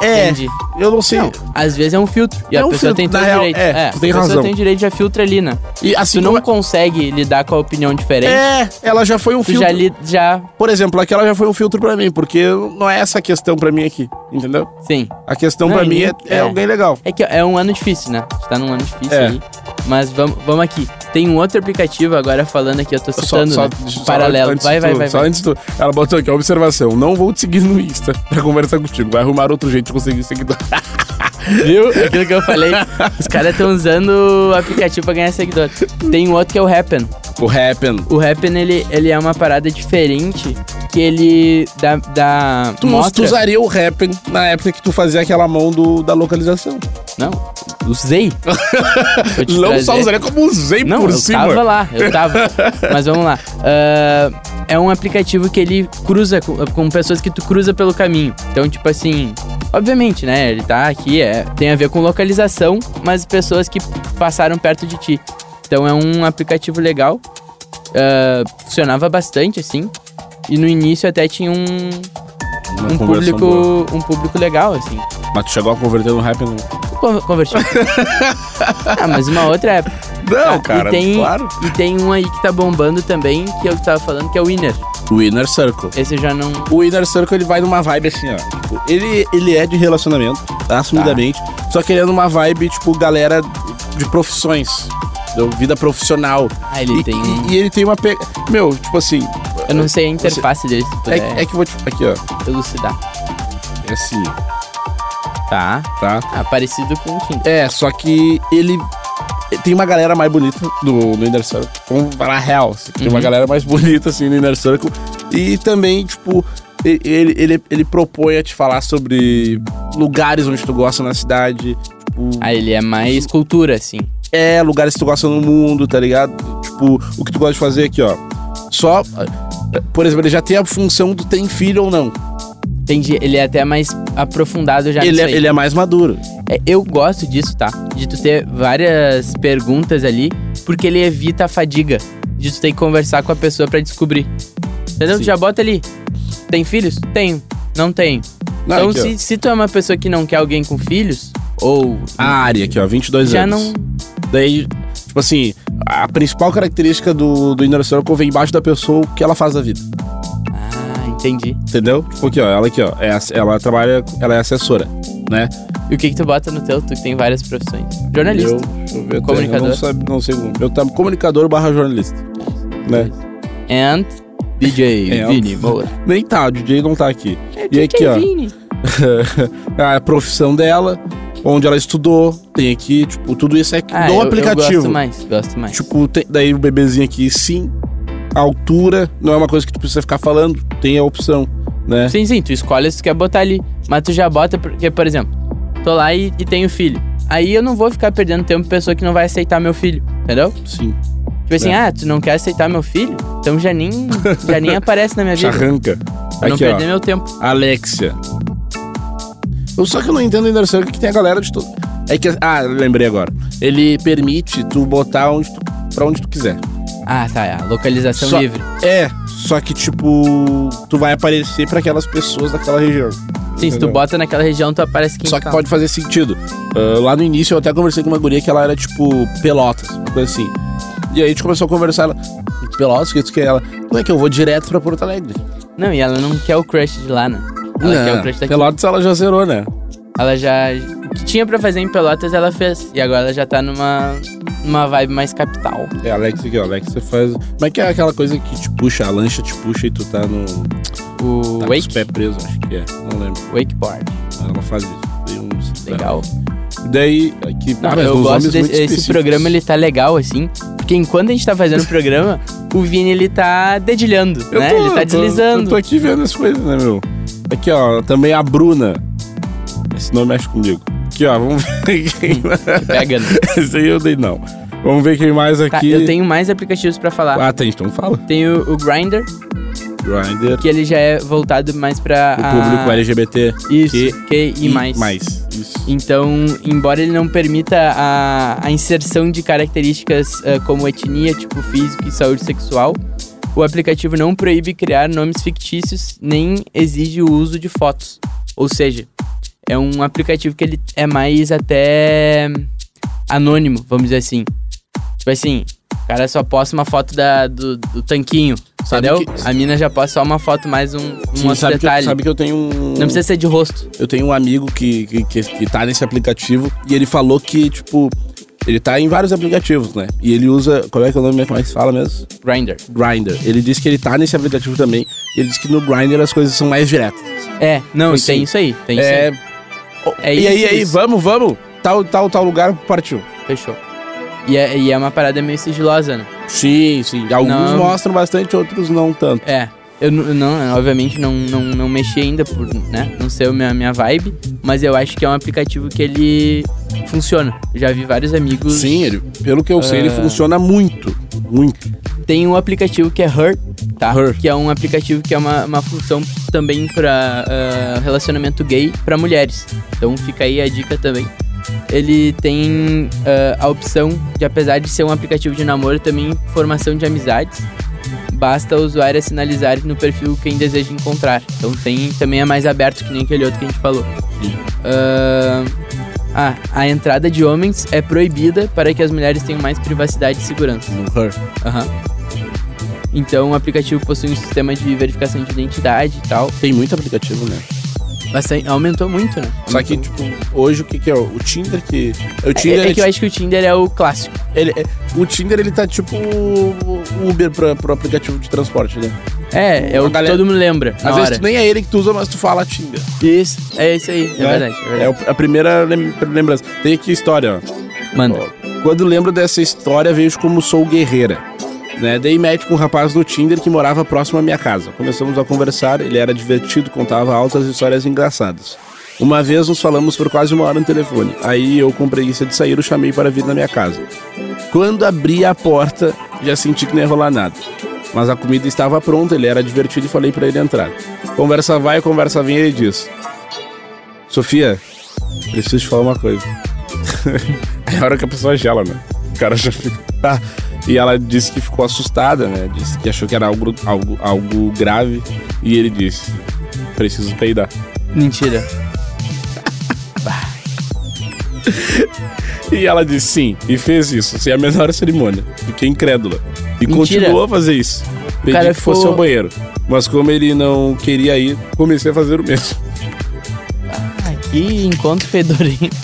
Speaker 2: É,
Speaker 3: entende.
Speaker 2: eu não sei.
Speaker 3: Não, às vezes é um filtro. E
Speaker 2: É
Speaker 3: a
Speaker 2: um
Speaker 3: pessoa
Speaker 2: filtro,
Speaker 3: tem
Speaker 2: na
Speaker 3: todo
Speaker 2: real,
Speaker 3: direito.
Speaker 2: é,
Speaker 3: a
Speaker 2: tu tem
Speaker 3: pessoa
Speaker 2: razão.
Speaker 3: tem direito, já filtra ali, né?
Speaker 2: E assim,
Speaker 3: Tu não consegue lidar com a opinião diferente,
Speaker 2: É, ela já foi um
Speaker 3: tu
Speaker 2: filtro.
Speaker 3: já li, já.
Speaker 2: Por exemplo, aquela já foi um filtro pra mim, porque não é essa a questão pra mim aqui, entendeu?
Speaker 3: Sim.
Speaker 2: A questão
Speaker 3: Não,
Speaker 2: pra
Speaker 3: e
Speaker 2: mim
Speaker 3: nem-
Speaker 2: é, é
Speaker 3: é.
Speaker 2: alguém legal.
Speaker 3: É que é um ano difícil, né? A gente tá num ano difícil
Speaker 2: É.
Speaker 3: aí. Mas vamos vamo aqui. Tem um outro aplicativo agora falando aqui, eu tô citando, né?
Speaker 2: deixa eu só
Speaker 3: Paralelo.
Speaker 2: antes de
Speaker 3: vai, vai,
Speaker 2: tu-
Speaker 3: vai,
Speaker 2: Só
Speaker 3: vai.
Speaker 2: antes de tu. Ela botou aqui, ó, observação. Não vou te seguir no Insta pra conversar contigo. Vai arrumar outro jeito de conseguir seguidor.
Speaker 3: Viu? Aquilo que eu falei. Os caras estão usando o aplicativo pra ganhar seguidor. Tem um outro que é o Happen.
Speaker 2: O Happen.
Speaker 3: O Happen, ele, ele é uma parada diferente que ele dá. dá
Speaker 2: Tu, tu
Speaker 3: mostra...
Speaker 2: usaria o Happen na época que tu fazia aquela mão do, da localização.
Speaker 3: Não, usei. Vou te
Speaker 2: Não só
Speaker 3: trazer.
Speaker 2: usaria, como usei
Speaker 3: Não,
Speaker 2: por
Speaker 3: eu
Speaker 2: cima.
Speaker 3: tava lá, eu tava. Mas vamos lá. Ah, é um aplicativo que ele cruza com, com pessoas que tu cruza pelo caminho. Então, tipo assim, obviamente, né? Ele tá aqui, é, tem a ver com localização, mas pessoas que passaram perto de ti. Então é um aplicativo legal. Ah, funcionava bastante, assim. E no início até tinha um,
Speaker 2: Uma
Speaker 3: um
Speaker 2: conversão boa.
Speaker 3: público. Um público legal, assim.
Speaker 2: Mas tu chegou a converter no Happen? né? não?
Speaker 3: Con- Convertido. ah, mas uma outra é
Speaker 2: Não,
Speaker 3: Tá,
Speaker 2: cara,
Speaker 3: e tem,
Speaker 2: claro.
Speaker 3: E tem um aí que tá bombando também, que eu tava falando, que é o Winner.
Speaker 2: Winner Circle.
Speaker 3: Esse eu já não.
Speaker 2: O Inner Circle ele vai numa vibe assim, ó. Tipo, ele, ele é de relacionamento,
Speaker 3: Tá.
Speaker 2: assumidamente. Só que ele é numa vibe, tipo, galera de profissões. entendeu? Vida profissional.
Speaker 3: Ah, ele
Speaker 2: e,
Speaker 3: tem.
Speaker 2: e- e ele tem uma. Pe... Meu, tipo assim.
Speaker 3: eu não sei a interface dele, se tu
Speaker 2: É,
Speaker 3: puder
Speaker 2: é que eu vou te. Aqui, ó.
Speaker 3: elucidar.
Speaker 2: É assim,
Speaker 3: Tá.
Speaker 2: tá?
Speaker 3: Ah, parecido com o Tinder.
Speaker 2: É, só que ele. Tem uma galera mais bonita no, no Inner Circle. Vamos falar a real. assim, Tem uma
Speaker 3: Uhum.
Speaker 2: galera mais bonita, assim, no Inner Circle. E também, tipo, e- ele, ele, ele propõe a te falar sobre lugares onde tu gosta na cidade. Tipo,
Speaker 3: Ah, ele é mais cultura, assim.
Speaker 2: é, lugares que tu gosta no mundo, tá ligado? Tipo, o que tu gosta de fazer aqui, ó. Só. Por exemplo, ele já tem a função do tem filho ou não.
Speaker 3: Entendi. Ele é até mais aprofundado já
Speaker 2: Ele
Speaker 3: nisso
Speaker 2: é,
Speaker 3: aí.
Speaker 2: ele é mais maduro.
Speaker 3: É, eu gosto disso, tá? De tu ter várias perguntas ali, porque ele evita a fadiga. De tu ter que conversar com a pessoa pra descobrir. Entendeu?
Speaker 2: Sim.
Speaker 3: Tu já bota ali. Tem filhos? Tenho. Não tenho.
Speaker 2: Não,
Speaker 3: então,
Speaker 2: aqui, ó.
Speaker 3: se, se tu é uma pessoa que não quer alguém com filhos, ou.
Speaker 2: A área Ah, aqui, ó, 22
Speaker 3: já
Speaker 2: anos.
Speaker 3: não.
Speaker 2: Daí, tipo assim, a principal característica do, do Inner Circle vem embaixo da pessoa o que ela faz da vida.
Speaker 3: Ah, entendi.
Speaker 2: Entendeu? Tipo aqui, ó. Ela aqui, ó. É, ass- ela trabalha, ela é assessora, né?
Speaker 3: E o que, que tu bota no teu? Tu que tem várias profissões. Jornalista.
Speaker 2: Eu, deixa eu ver. até,
Speaker 3: Comunicador.
Speaker 2: eu Não, sabe, não sei como. Eu tava comunicador barra jornalista. Né?
Speaker 3: And É, DJ
Speaker 2: And-
Speaker 3: Vini Moura.
Speaker 2: Nem
Speaker 3: É,
Speaker 2: tá, o DJ não tá aqui. e aqui, ó.
Speaker 3: Vini.
Speaker 2: a profissão dela, onde ela estudou, tem aqui, tipo, tudo isso é aqui
Speaker 3: Ah,
Speaker 2: do
Speaker 3: eu-
Speaker 2: aplicativo.
Speaker 3: Eu gosto mais, gosto mais.
Speaker 2: Tipo, tem- daí o bebezinho aqui, sim, a altura, não é uma coisa que tu precisa ficar falando, tem a opção, né?
Speaker 3: Sim, sim, tu escolhe se tu quer botar ali. Mas tu já bota, porque, por exemplo, tô lá e, e tenho filho. Aí eu não vou ficar perdendo tempo com pessoa que não vai aceitar meu filho, entendeu?
Speaker 2: Sim.
Speaker 3: Tipo assim,
Speaker 2: É.
Speaker 3: ah, tu não quer aceitar meu filho? Então já nem, já nem aparece na minha
Speaker 2: Te
Speaker 3: vida.
Speaker 2: arranca.
Speaker 3: Pra não
Speaker 2: Aqui,
Speaker 3: perder
Speaker 2: ó.
Speaker 3: meu tempo.
Speaker 2: Alexia. Eu só que eu não entendo ainda sério o que que tem a galera de todo. É que. Ah, lembrei agora. Ele permite tu botar onde tu, pra onde tu quiser.
Speaker 3: Ah, tá, é, a localização
Speaker 2: Só-
Speaker 3: livre.
Speaker 2: É, só que tipo, tu vai aparecer pra aquelas pessoas daquela região.
Speaker 3: Sim, se tu
Speaker 2: Entendeu?
Speaker 3: bota naquela região, tu aparece quem
Speaker 2: Só que
Speaker 3: tá.
Speaker 2: pode fazer sentido. Ah, lá no início eu até conversei com uma guria que ela era tipo Pelotas, uma coisa assim. E aí a gente começou a conversar, ela, Pelotas, que isso que é ela. Não é que eu vou direto pra Porto Alegre. é
Speaker 3: Não, e ela não quer o crush de lá, né? Ela quer o crush daqui.
Speaker 2: Pelotas ela já zerou, né?
Speaker 3: Ela já. O que tinha pra fazer em Pelotas, ela fez. E agora ela já tá numa, numa vibe mais capital.
Speaker 2: É, Alex aqui, ó. Alex, você faz. Como é que é aquela coisa que te puxa, a lancha te puxa e tu tá no. Tá
Speaker 3: O
Speaker 2: com Tá. os
Speaker 3: Wake,
Speaker 2: pés presos, acho que é. Não lembro.
Speaker 3: Wakeboard.
Speaker 2: Ela faz isso. Tem uns-
Speaker 3: Legal.
Speaker 2: Daí, aqui.
Speaker 3: Não,
Speaker 2: Ah, mas
Speaker 3: eu
Speaker 2: uns
Speaker 3: gosto
Speaker 2: nomes
Speaker 3: desse
Speaker 2: muito
Speaker 3: esse
Speaker 2: específicos.
Speaker 3: programa, ele tá legal, assim. Porque enquanto a gente tá fazendo o programa, o Vini, ele tá dedilhando,
Speaker 2: Eu
Speaker 3: né?
Speaker 2: tô-
Speaker 3: ele tá
Speaker 2: eu tô- Eu
Speaker 3: deslizando.
Speaker 2: tô aqui vendo as coisas, né, meu? Aqui, ó, também a Bruna. Esse não mexe comigo. Aqui, ó, vamos ver quem.
Speaker 3: Hum, Pega, né?
Speaker 2: Esse aí eu dei, não. Vamos ver quem mais aqui.
Speaker 3: Tá, eu tenho um mais aplicativos pra falar.
Speaker 2: Ah, tem, então fala.
Speaker 3: Tem o, o Grindr,
Speaker 2: Grindr,
Speaker 3: que ele já é voltado mais pra...
Speaker 2: o
Speaker 3: a-
Speaker 2: público LGBT.
Speaker 3: Isso,
Speaker 2: que-
Speaker 3: que Ah. e mais.
Speaker 2: Mais. Isso.
Speaker 3: Então, embora ele não permita a, a inserção de características eh, como etnia, tipo físico e saúde sexual, o aplicativo não proíbe criar nomes fictícios nem exige o uso de fotos. Ou seja, é um aplicativo que ele é mais até anônimo, vamos dizer assim. Tipo assim, o cara só posta uma foto da, do, do tanquinho,
Speaker 2: Sabe
Speaker 3: entendeu?
Speaker 2: que-
Speaker 3: A mina já posta só uma foto mais um, um
Speaker 2: Sim,
Speaker 3: outro
Speaker 2: sabe, que eu,
Speaker 3: detalhe.
Speaker 2: sabe que eu tenho um.
Speaker 3: Não precisa ser de rosto.
Speaker 2: Eu tenho um amigo que, que, que, que tá nesse aplicativo e ele falou que, tipo, ele tá em vários aplicativos, né? E ele usa. Como é que é o nome? Como é que se fala mesmo?
Speaker 3: Grindr.
Speaker 2: Grindr. Ele disse que ele tá nesse aplicativo também. E ele disse que no Grindr as coisas são mais diretas.
Speaker 3: É, não,
Speaker 2: Assim,
Speaker 3: tem isso aí. Tem isso aí. É
Speaker 2: e aí,
Speaker 3: isso,
Speaker 2: aí,
Speaker 3: isso.
Speaker 2: vamos, vamos. Tal, tal, tal lugar, partiu.
Speaker 3: Fechou. E é, e é uma parada meio sigilosa, né?
Speaker 2: Sim, sim. Alguns
Speaker 3: Não.
Speaker 2: mostram bastante, outros não tanto.
Speaker 3: É. Eu nu- não, obviamente não, não, não mexi ainda por, né? Não sei a minha, minha vibe, mas eu acho que é um aplicativo que ele funciona. Já vi vários amigos.
Speaker 2: Sim, ele, pelo que eu sei, ele funciona muito. Muito.
Speaker 3: Tem um aplicativo que é Her, tá?
Speaker 2: Her.
Speaker 3: Que é um aplicativo que é uma, uma função também pra ah, relacionamento gay pra mulheres. Então fica aí a dica também. Ele tem ah, a opção de, apesar de ser um aplicativo de namoro, também formação de amizades. Basta o usuário sinalizar no perfil quem deseja encontrar. Então tem também é mais aberto que nem aquele outro que a gente falou. Ahn, ah, a entrada de homens é proibida para que as mulheres tenham mais privacidade e segurança.
Speaker 2: No Her.
Speaker 3: Aham. Então, o aplicativo possui um sistema de verificação de identidade e tal.
Speaker 2: Tem muito aplicativo, né?
Speaker 3: Bastante, aumentou muito, né?
Speaker 2: Só que, tipo, hoje o que, que é? O Tinder que. O
Speaker 3: É,
Speaker 2: Tinder
Speaker 3: é
Speaker 2: ele
Speaker 3: que eu acho que o Tinder é o clássico.
Speaker 2: Ele, é- o Tinder, ele tá tipo o Uber pra, pro aplicativo de transporte, né?
Speaker 3: É, é
Speaker 2: A
Speaker 3: o que
Speaker 2: galera-
Speaker 3: todo mundo lembra. Na
Speaker 2: Às
Speaker 3: hora.
Speaker 2: vezes tu nem é ele que tu usa, mas tu fala Tinder.
Speaker 3: Isso, é isso aí. É,
Speaker 2: né?
Speaker 3: verdade, é verdade.
Speaker 2: É a primeira lem- lembrança. Tem aqui história, ó.
Speaker 3: Manda.
Speaker 2: Ó, Quando lembro dessa história, vejo como sou guerreira. Né? Dei match com um rapaz do Tinder que morava próximo à minha casa. Começamos a conversar, ele era divertido, contava altas histórias engraçadas. Uma vez nos falamos por quase uma hora no telefone. Aí eu, com preguiça de sair, o chamei para vir na minha casa. Quando abri a porta, já senti que não ia rolar nada. Mas a comida estava pronta, ele era divertido e falei para ele entrar. Conversa vai, conversa vem, ele diz: Sofia, preciso te falar uma coisa. É a hora que a pessoa gela, né? O cara já fica. "Ah." E ela disse que ficou assustada, né? Disse que achou que era algo, algo, algo grave. E ele disse: preciso peidar.
Speaker 3: Mentira.
Speaker 2: E ela disse sim, e fez isso, sem a menor cerimônia. Fiquei incrédula. E
Speaker 3: Mentira.
Speaker 2: continuou a fazer isso. Pedi
Speaker 3: cara
Speaker 2: que fosse
Speaker 3: ficou-
Speaker 2: ao banheiro. Mas como ele não queria ir, comecei a fazer o mesmo.
Speaker 3: Ah, que encontro fedorento.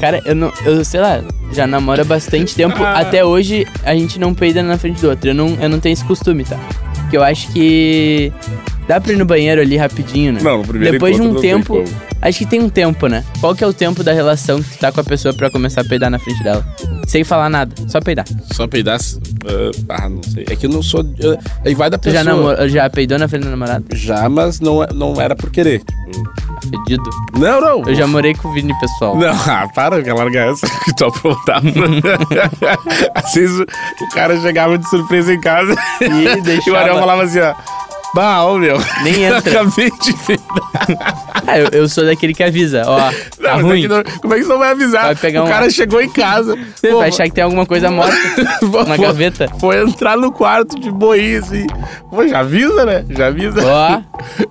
Speaker 3: Cara, eu não. Eu sei lá, já namoro há bastante tempo.
Speaker 2: Ah.
Speaker 3: Até hoje a gente não peida na frente do outro. Eu não, eu não tenho esse costume, tá? Porque eu acho que Dá pra ir no banheiro ali rapidinho, né?
Speaker 4: Não, no primeiro
Speaker 3: Depois de um
Speaker 4: encontro não
Speaker 3: tempo.
Speaker 4: tem como.
Speaker 3: Acho que tem um tempo, né? Qual que é o tempo da relação que tu tá com a pessoa pra começar a peidar na frente dela? Sem falar nada, só peidar.
Speaker 2: Só peidar. ah, ah, não sei. É que eu não sou. eu- aí vai da
Speaker 3: Tu
Speaker 2: pessoa.
Speaker 3: já, namorou, já peidou na frente da namorada?
Speaker 2: Já, mas não, é- não era por querer. Tipo,
Speaker 3: Pedido.
Speaker 2: Não, não.
Speaker 3: Eu já morei com o Vini, pessoal.
Speaker 4: Não, ah, para, que larga essa que tu aprontava. Às vezes o o cara chegava de surpresa em casa
Speaker 3: E
Speaker 4: e o
Speaker 3: deixava-
Speaker 4: Ariel falava assim, ó. Bah, ô meu.
Speaker 3: Nem entra.
Speaker 4: Acabei de ver.
Speaker 3: Ah, eu, eu sou daquele que avisa, ó. Tá
Speaker 4: Não, mas é
Speaker 3: ruim.
Speaker 4: que não- como é que você não vai avisar?
Speaker 3: Vai pegar
Speaker 4: o
Speaker 3: um-
Speaker 4: cara chegou em casa.
Speaker 3: Você
Speaker 4: pô,
Speaker 3: vai achar que tem alguma coisa morta
Speaker 4: vou-
Speaker 3: na
Speaker 4: vou-
Speaker 3: gaveta.
Speaker 4: Foi entrar no quarto de boi, assim. Pô, já avisa, né? Já avisa.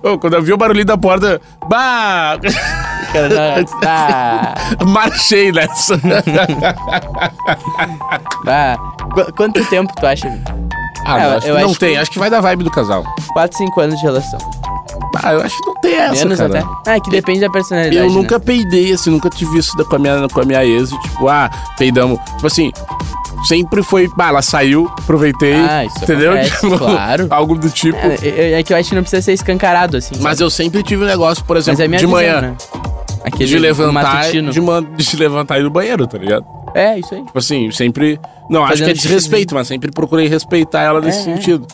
Speaker 3: Ó.
Speaker 4: Ô, quando eu vi o barulhinho da porta, bah!
Speaker 3: Cara, não, tá.
Speaker 4: Marchei nessa.
Speaker 3: Tá. Qu- Quanto tempo tu acha? Vini?
Speaker 2: Ah,
Speaker 3: É,
Speaker 2: não, acho
Speaker 3: eu
Speaker 2: que não
Speaker 3: acho
Speaker 2: tem.
Speaker 3: que-
Speaker 2: Acho que vai da vibe do casal.
Speaker 3: 4, 5 anos de relação.
Speaker 2: Ah, eu acho que não tem essa,
Speaker 3: Menos
Speaker 2: cara.
Speaker 3: até. Ah, é que depende da personalidade.
Speaker 2: Eu
Speaker 3: né?
Speaker 2: nunca peidei, assim, nunca tive isso da- com a minha, com a minha ex, e, tipo, ah, peidamos. Tipo assim, sempre foi, ah, ela saiu, aproveitei,
Speaker 3: Ah, isso
Speaker 2: entendeu?
Speaker 3: acontece,
Speaker 2: Tipo,
Speaker 3: claro.
Speaker 2: Algo do tipo.
Speaker 3: É, é- é que eu acho que não precisa ser escancarado, assim.
Speaker 2: Mas
Speaker 3: sabe?
Speaker 2: eu sempre tive um negócio, por
Speaker 3: Mas
Speaker 2: exemplo,
Speaker 3: é minha
Speaker 2: de
Speaker 3: visão,
Speaker 2: manhã,
Speaker 3: né? Aquele
Speaker 2: de levantar,
Speaker 3: matutino.
Speaker 2: de, man- de levantar e ir no banheiro, tá ligado?
Speaker 3: É, isso aí.
Speaker 2: Tipo assim, sempre, não, acho
Speaker 3: Fazendo
Speaker 2: que é
Speaker 3: xixi.
Speaker 2: desrespeito, mas sempre procurei respeitar ela nesse
Speaker 3: É, é.
Speaker 2: sentido.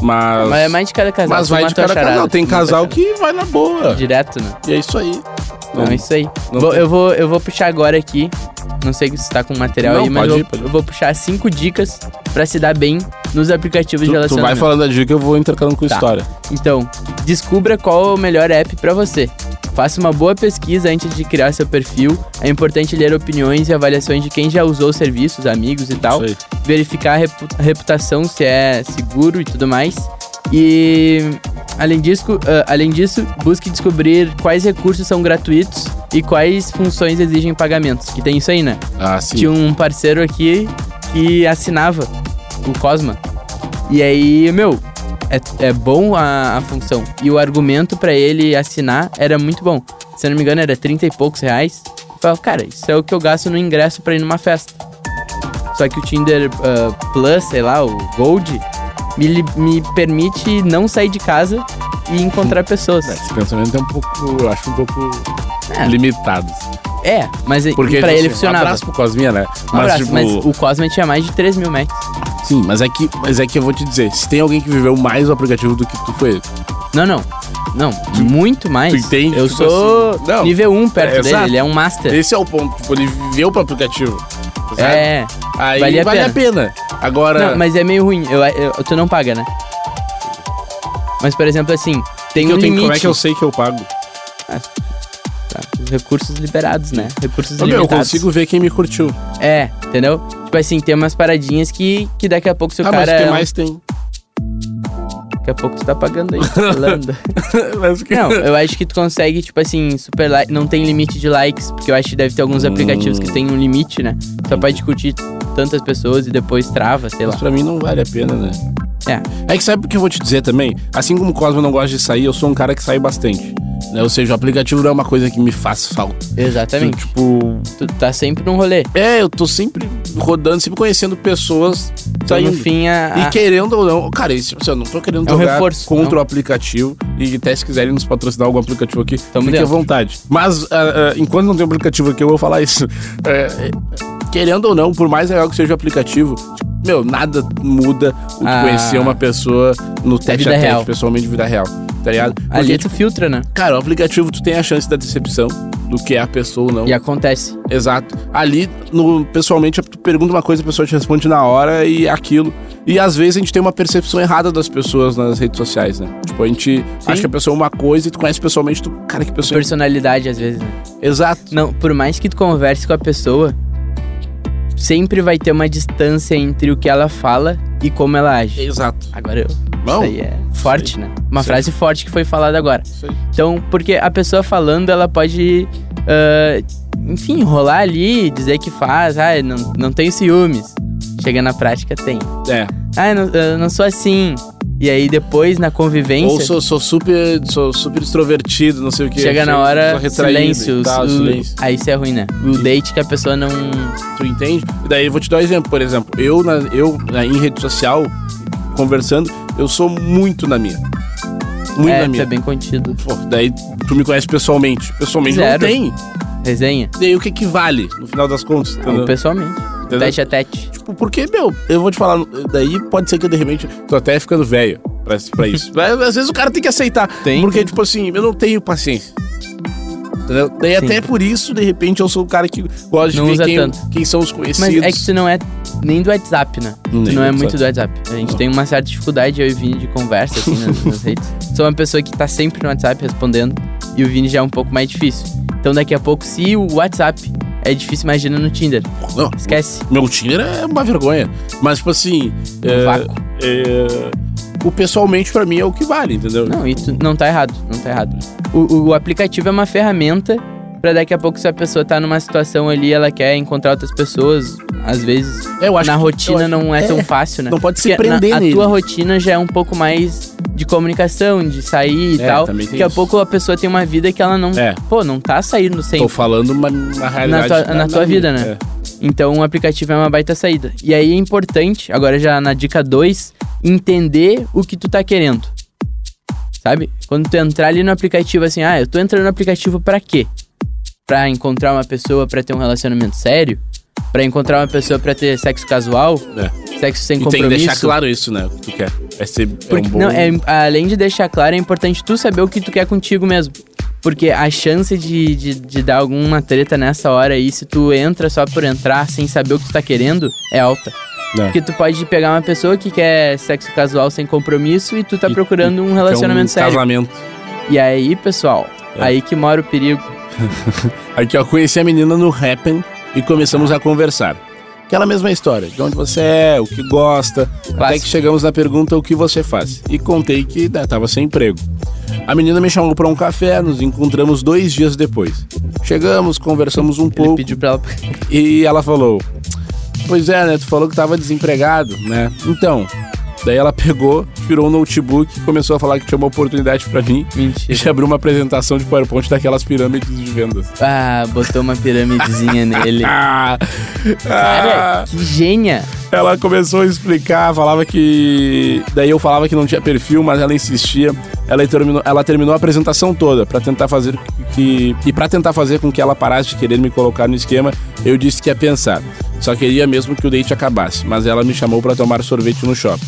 Speaker 2: Mas,
Speaker 3: Mas é mais de cada casal.
Speaker 2: mas
Speaker 3: tu
Speaker 2: vai de
Speaker 3: matou a
Speaker 2: cada
Speaker 3: charada,
Speaker 2: casal, tem
Speaker 3: tu matou a
Speaker 2: casal
Speaker 3: charada.
Speaker 2: que vai na boa,
Speaker 3: Direto, né?
Speaker 2: e é isso aí.
Speaker 3: Então é isso aí.
Speaker 2: não
Speaker 3: Vou-
Speaker 2: tem.
Speaker 3: eu, vou, eu vou puxar agora aqui. Não sei se tá com material
Speaker 2: Não,
Speaker 3: aí, mas
Speaker 2: pode
Speaker 3: eu,
Speaker 2: ir, pode ir.
Speaker 3: eu vou puxar cinco dicas pra se dar bem nos aplicativos de
Speaker 2: Tu, tu vai
Speaker 3: relacionamento.
Speaker 2: falando a dica, eu vou intercalando com
Speaker 3: Tá.
Speaker 2: história.
Speaker 3: Então, descubra qual é o melhor app pra você. Faça uma boa pesquisa antes de criar seu perfil. É importante ler opiniões e avaliações de quem já usou os serviços, amigos e tal.
Speaker 2: Isso aí.
Speaker 3: Verificar a repu- a reputação se é seguro e tudo mais. E além disso, ah, além disso, busque descobrir quais recursos são gratuitos e quais funções exigem pagamentos. Que tem isso aí, né?
Speaker 2: Ah, sim.
Speaker 3: Tinha um parceiro aqui que assinava o Cosma. E aí, meu, é, é bom a, a função. E o argumento pra ele assinar era muito bom. Se eu não me engano, era 30 e poucos reais. Eu falava, cara, isso é o que eu gasto no ingresso pra ir numa festa. Só que o Tinder ah, Plus, sei lá, o Gold, me, li- me permite não sair de casa e encontrar pessoas.
Speaker 2: Esse pensamento é um pouco, eu acho um pouco
Speaker 3: É.
Speaker 2: limitado.
Speaker 3: É, mas e-
Speaker 2: Porque
Speaker 3: pra
Speaker 2: tipo
Speaker 3: ele
Speaker 2: assim, Um
Speaker 3: funcionava.
Speaker 2: abraço pro Cosminha, né?
Speaker 3: Um abraço, Mas, o Cosma tinha mais de 3 mil metros.
Speaker 2: sim, mas é que, mas é que eu vou te dizer, se tem alguém que viveu mais o aplicativo do que tu foi,
Speaker 3: Não, não. Não, muito mais.
Speaker 2: tu entende?
Speaker 3: Eu
Speaker 2: Tipo
Speaker 3: sou
Speaker 2: assim, não.
Speaker 3: nível 1 perto
Speaker 2: É,
Speaker 3: dele,
Speaker 2: exato.
Speaker 3: ele é um master.
Speaker 2: esse é o ponto, tipo, ele viveu pro aplicativo. sabe?
Speaker 3: É.
Speaker 2: Aí vale
Speaker 3: valia
Speaker 2: a
Speaker 3: a
Speaker 2: pena. Agora,
Speaker 3: Não, mas é meio ruim. Eu, eu- tu não paga, né? Mas, por exemplo, assim, tem
Speaker 2: que eu
Speaker 3: um
Speaker 2: tenho-
Speaker 3: limite.
Speaker 2: como é que eu sei que eu pago?
Speaker 3: Tá, os recursos liberados, né? Recursos
Speaker 2: Ô, meu, eu
Speaker 3: limitados.
Speaker 2: consigo ver quem me curtiu.
Speaker 3: É, entendeu? Tipo assim, tem umas paradinhas que, que daqui a pouco seu
Speaker 2: ah, mas
Speaker 3: cara...
Speaker 2: o que
Speaker 3: é um-
Speaker 2: mais tem?
Speaker 3: Daqui a pouco tu tá pagando aí, tá falando.
Speaker 2: mas o que...
Speaker 3: Não, eu acho que tu consegue, tipo assim, super like. Não tem limite de likes, porque eu acho que deve ter alguns aplicativos
Speaker 2: Hum.
Speaker 3: que tem um limite, né? Só pode curtir tantas pessoas e depois trava, sei lá.
Speaker 2: Mas pra mim não vale a pena, né?
Speaker 3: É.
Speaker 2: É que sabe o que eu vou te dizer também? Assim como o Cosmo não gosta de sair, eu sou um cara que sai bastante. né? Ou seja, o aplicativo não é uma coisa que me faz falta.
Speaker 3: Exatamente.
Speaker 2: Tipo,
Speaker 3: Tu tá sempre num rolê.
Speaker 2: É, eu tô sempre rodando, sempre conhecendo pessoas
Speaker 3: Então,
Speaker 2: saindo.
Speaker 3: no fim, a,
Speaker 2: E
Speaker 3: a-
Speaker 2: querendo ou não, cara, isso, assim, eu não tô querendo
Speaker 3: É um
Speaker 2: jogar
Speaker 3: reforço,
Speaker 2: contra
Speaker 3: não.
Speaker 2: o aplicativo. E até se quiserem nos patrocinar algum aplicativo aqui,
Speaker 3: Tamo
Speaker 2: fique à
Speaker 3: dentro.
Speaker 2: vontade. Mas ah, ah, enquanto não tem aplicativo aqui, eu vou falar isso. É, é, querendo ou não, por mais legal que seja o aplicativo, meu, nada muda o
Speaker 3: Ah. É
Speaker 2: conhecer uma pessoa no tete a
Speaker 3: vida real.
Speaker 2: tete, pessoalmente vida real. Tá ligado? Porque,
Speaker 3: ali
Speaker 2: tipo,
Speaker 3: tu filtra, né?
Speaker 2: cara, o aplicativo tu tem a chance da decepção do que é a pessoa ou não.
Speaker 3: E acontece.
Speaker 2: Exato. Ali, no, pessoalmente, tu pergunta uma coisa, a pessoa te responde na hora e é aquilo. E às vezes a gente tem uma percepção errada das pessoas nas redes sociais, né? Tipo, a gente acha que a pessoa é uma coisa e tu conhece pessoalmente, tu, cara, que pessoa. é
Speaker 3: Personalidade, às vezes, né?
Speaker 2: Exato.
Speaker 3: Não, por mais que tu converse com a pessoa, sempre vai ter uma distância entre o que ela fala e como ela age.
Speaker 2: Exato.
Speaker 3: Agora eu.
Speaker 2: Bom,
Speaker 3: isso aí é forte, né? Uma
Speaker 2: Sim.
Speaker 3: frase forte que foi falada agora.
Speaker 2: Isso aí.
Speaker 3: Então, porque a pessoa falando, ela pode, ah, enfim, rolar ali, dizer que faz, ah, eu não, não tenho ciúmes. Chega na prática, tem.
Speaker 2: É.
Speaker 3: Ah, eu não, eu não sou assim. E aí depois, na convivência,
Speaker 2: Ou sou, sou super. Sou super extrovertido, não sei o que.
Speaker 3: chega na hora,
Speaker 2: silêncio,
Speaker 3: silêncio.
Speaker 2: tal,
Speaker 3: o-
Speaker 2: Tá, um silêncio. Hum.
Speaker 3: Aí isso é ruim, né? O date que a pessoa não...
Speaker 2: Tu entende? E daí eu vou te dar um exemplo, por exemplo, eu, na, eu na- em rede social, conversando, eu sou muito na minha. Muito
Speaker 3: é,
Speaker 2: na
Speaker 3: tu
Speaker 2: minha.
Speaker 3: é bem contido.
Speaker 2: Pô, daí tu me conhece pessoalmente. Pessoalmente
Speaker 3: Zero.
Speaker 2: não tem.
Speaker 3: Resenha.
Speaker 2: Daí o que que vale, no final das contas?
Speaker 3: Não,
Speaker 2: entendeu?
Speaker 3: pessoalmente.
Speaker 2: Entendeu?
Speaker 3: Tete a tete.
Speaker 2: Tipo, porque, meu, eu vou te falar, daí pode ser que eu de repente tô até ficando velho pra, pra isso. Mas às vezes o cara tem que aceitar.
Speaker 3: Tem,
Speaker 2: porque,
Speaker 3: tem.
Speaker 2: tipo assim, eu não tenho paciência. Entendeu? Daí
Speaker 3: Sim.
Speaker 2: até por isso, de repente, eu sou o cara que gosta
Speaker 3: Não
Speaker 2: de ver
Speaker 3: usa
Speaker 2: quem,
Speaker 3: tanto.
Speaker 2: quem são os
Speaker 3: Mas
Speaker 2: conhecidos.
Speaker 3: é que tu não é nem do WhatsApp, né?
Speaker 2: Nem
Speaker 3: tu não é
Speaker 2: do
Speaker 3: muito do WhatsApp. A gente tem uma certa dificuldade, eu e o Vini, de conversa, assim, nas, nas redes. Sou uma pessoa que tá sempre no WhatsApp respondendo, e o Vini já é um pouco mais difícil. Então daqui a pouco, se o WhatsApp é difícil, imagina no Tinder.
Speaker 2: Não,
Speaker 3: Esquece.
Speaker 2: meu Tinder é uma vergonha. Mas, tipo assim, é,
Speaker 3: Um vácuo.
Speaker 2: é, o pessoalmente pra mim é o que vale, entendeu?
Speaker 3: Não, e tu não tá errado, não tá errado. O, o aplicativo é uma ferramenta pra daqui a pouco, se a pessoa tá numa situação ali, ela quer encontrar outras pessoas, às vezes
Speaker 2: Eu
Speaker 3: na
Speaker 2: que- eu
Speaker 3: rotina
Speaker 2: acho-
Speaker 3: não é,
Speaker 2: é,
Speaker 3: tão fácil, né?
Speaker 2: não pode se
Speaker 3: Porque
Speaker 2: prender
Speaker 3: na,
Speaker 2: nele.
Speaker 3: A tua rotina já é um pouco mais de comunicação, de sair e
Speaker 2: É,
Speaker 3: tal.
Speaker 2: também tem
Speaker 3: Daqui a
Speaker 2: isso.
Speaker 3: pouco a pessoa tem uma vida que ela não.
Speaker 2: É.
Speaker 3: Pô, não tá saindo sempre.
Speaker 2: Tô falando uma, na realidade.
Speaker 3: tua- na tua
Speaker 2: minha. É.
Speaker 3: vida, né? Então o aplicativo é uma baita saída. E aí é importante, agora já na dica 2, entender o que tu tá querendo. Sabe? Quando tu entrar ali no aplicativo assim, ah, eu tô entrando no aplicativo pra quê? Pra encontrar uma pessoa pra ter um relacionamento sério? Pra encontrar uma pessoa pra ter sexo casual?
Speaker 2: É. é.
Speaker 3: Sexo sem
Speaker 2: E tem que
Speaker 3: compromisso?
Speaker 2: deixar claro isso, né? O que tu quer. É ser é
Speaker 3: Porque,
Speaker 2: um bom...
Speaker 3: não, é, além de deixar claro, é importante tu saber o que tu quer contigo mesmo. Porque a chance de, de, de dar alguma treta nessa hora aí, se tu entra só por entrar sem saber o que tu tá querendo, é alta.
Speaker 2: É.
Speaker 3: Porque tu pode pegar uma pessoa que quer sexo casual sem compromisso e tu tá
Speaker 2: E-
Speaker 3: procurando um relacionamento
Speaker 2: que é um
Speaker 3: sério.
Speaker 2: casamento.
Speaker 3: E aí, pessoal,
Speaker 2: É.
Speaker 3: aí que mora o perigo.
Speaker 2: Aqui, ó, conheci a menina no Happen e começamos a conversar. Aquela mesma história, de onde você é, o que gosta, até que chegamos na pergunta o que você faz. E contei que né, tava sem emprego. A menina me chamou pra um café, nos encontramos dois dias depois. Chegamos, conversamos um
Speaker 3: Ele
Speaker 2: pouco
Speaker 3: pediu pra ela.
Speaker 2: e ela falou: Pois é, né? Tu falou que tava desempregado, né? Então. Daí ela pegou, tirou o notebook, começou a falar que tinha uma oportunidade pra mim e
Speaker 3: Mentira.
Speaker 2: já abriu uma apresentação de PowerPoint daquelas pirâmides de vendas.
Speaker 3: Ah, botou uma piramidezinha nele.
Speaker 2: Ah,
Speaker 3: Cara,
Speaker 2: Ah!
Speaker 3: que gênia!
Speaker 2: ela começou a explicar, falava que. Daí eu falava que não tinha perfil, mas ela insistia. Ela terminou, ela terminou a apresentação toda pra tentar fazer que. E pra tentar fazer com que ela parasse de querer me colocar no esquema, eu disse que ia pensar. Só queria mesmo que o date acabasse, mas ela me chamou pra tomar sorvete no shopping.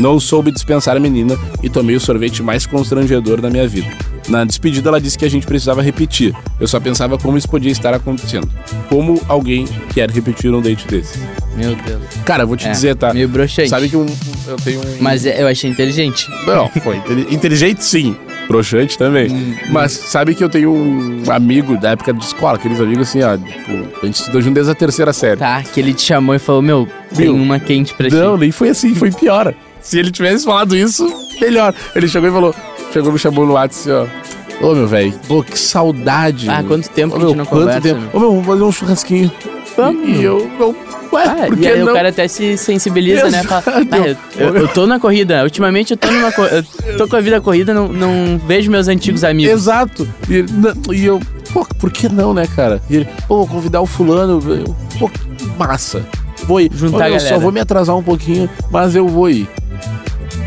Speaker 2: Não soube dispensar a menina e tomei o sorvete mais constrangedor da minha vida. Na despedida, ela disse que a gente precisava repetir. Eu só pensava como isso podia estar acontecendo. Como alguém quer repetir um date desse?
Speaker 3: Meu Deus.
Speaker 2: Cara, eu vou te
Speaker 3: É,
Speaker 2: dizer, tá?
Speaker 3: Meio broxante.
Speaker 2: Sabe que um, um- eu tenho um.
Speaker 3: Mas é- eu achei inteligente.
Speaker 2: Não, foi. inteli- Inteligente sim. Broxante também.
Speaker 3: Hum,
Speaker 2: Mas sabe que eu tenho um amigo da época de escola, aqueles amigos assim, ó. Tipo, a gente estudou junto desde a terceira série.
Speaker 3: Tá, que ele te chamou e falou, meu, tem
Speaker 2: Viu?
Speaker 3: uma quente pra
Speaker 2: Não,
Speaker 3: ti.
Speaker 2: nem foi assim, foi pior. Se ele tivesse falado isso, melhor. Ele chegou e falou. Chegou, me chamou no WhatsApp assim, ó. Ô meu velho, pô, que saudade.
Speaker 3: Ah,
Speaker 2: meu.
Speaker 3: quanto tempo
Speaker 2: Ô,
Speaker 3: que a
Speaker 2: meu,
Speaker 3: gente não conversa, meu?
Speaker 2: Ô meu, vamos fazer um churrasquinho.
Speaker 3: Vamos,
Speaker 2: E, e eu, eu. Ué,
Speaker 3: Ah,
Speaker 2: por
Speaker 3: e
Speaker 2: que
Speaker 3: aí
Speaker 2: não?
Speaker 3: o cara até se sensibiliza, né? Fala,
Speaker 2: Exato.
Speaker 3: ah, eu, eu- eu tô na corrida. Ultimamente eu tô numa co- eu tô com a vida corrida, não, não vejo meus antigos amigos.
Speaker 2: Exato. E, ele, "Não", e eu, pô, por que não, né, cara? E ele, pô, vou convidar o fulano, eu, pô, que massa. Vou ir.
Speaker 3: Juntar
Speaker 2: "Olha,
Speaker 3: a
Speaker 2: eu
Speaker 3: galera."
Speaker 2: só vou me atrasar um pouquinho, mas eu vou ir.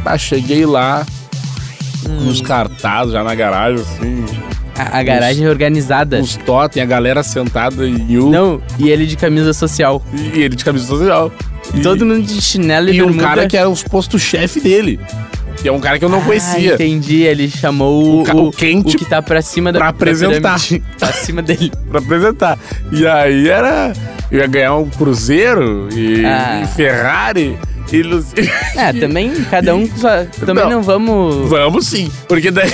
Speaker 2: Tá, cheguei lá,
Speaker 3: Hum.
Speaker 2: uns cartazes já na garagem, assim,
Speaker 3: A, a garagem é organizada.
Speaker 2: uns totem, a galera sentada em U,
Speaker 3: Não, e ele de camisa social.
Speaker 2: e ele de camisa social. E,
Speaker 3: Todo mundo de chinelo e,
Speaker 2: e um
Speaker 3: bermuda.
Speaker 2: cara que era os postos-chefe dele. E é um cara que eu não
Speaker 3: Ah,
Speaker 2: conhecia.
Speaker 3: entendi, ele chamou
Speaker 2: O ca- o quente
Speaker 3: que tá pra cima da
Speaker 2: pra
Speaker 3: da pirâmide.
Speaker 2: apresentar.
Speaker 3: Tá acima dele.
Speaker 2: pra apresentar. E aí era. Eu ia ganhar um Cruzeiro e,
Speaker 3: Ah.
Speaker 2: e Ferrari. E não sei-
Speaker 3: Ah, também, cada um... só- também
Speaker 2: Não.
Speaker 3: não vamos...
Speaker 2: Vamos sim. Porque daí.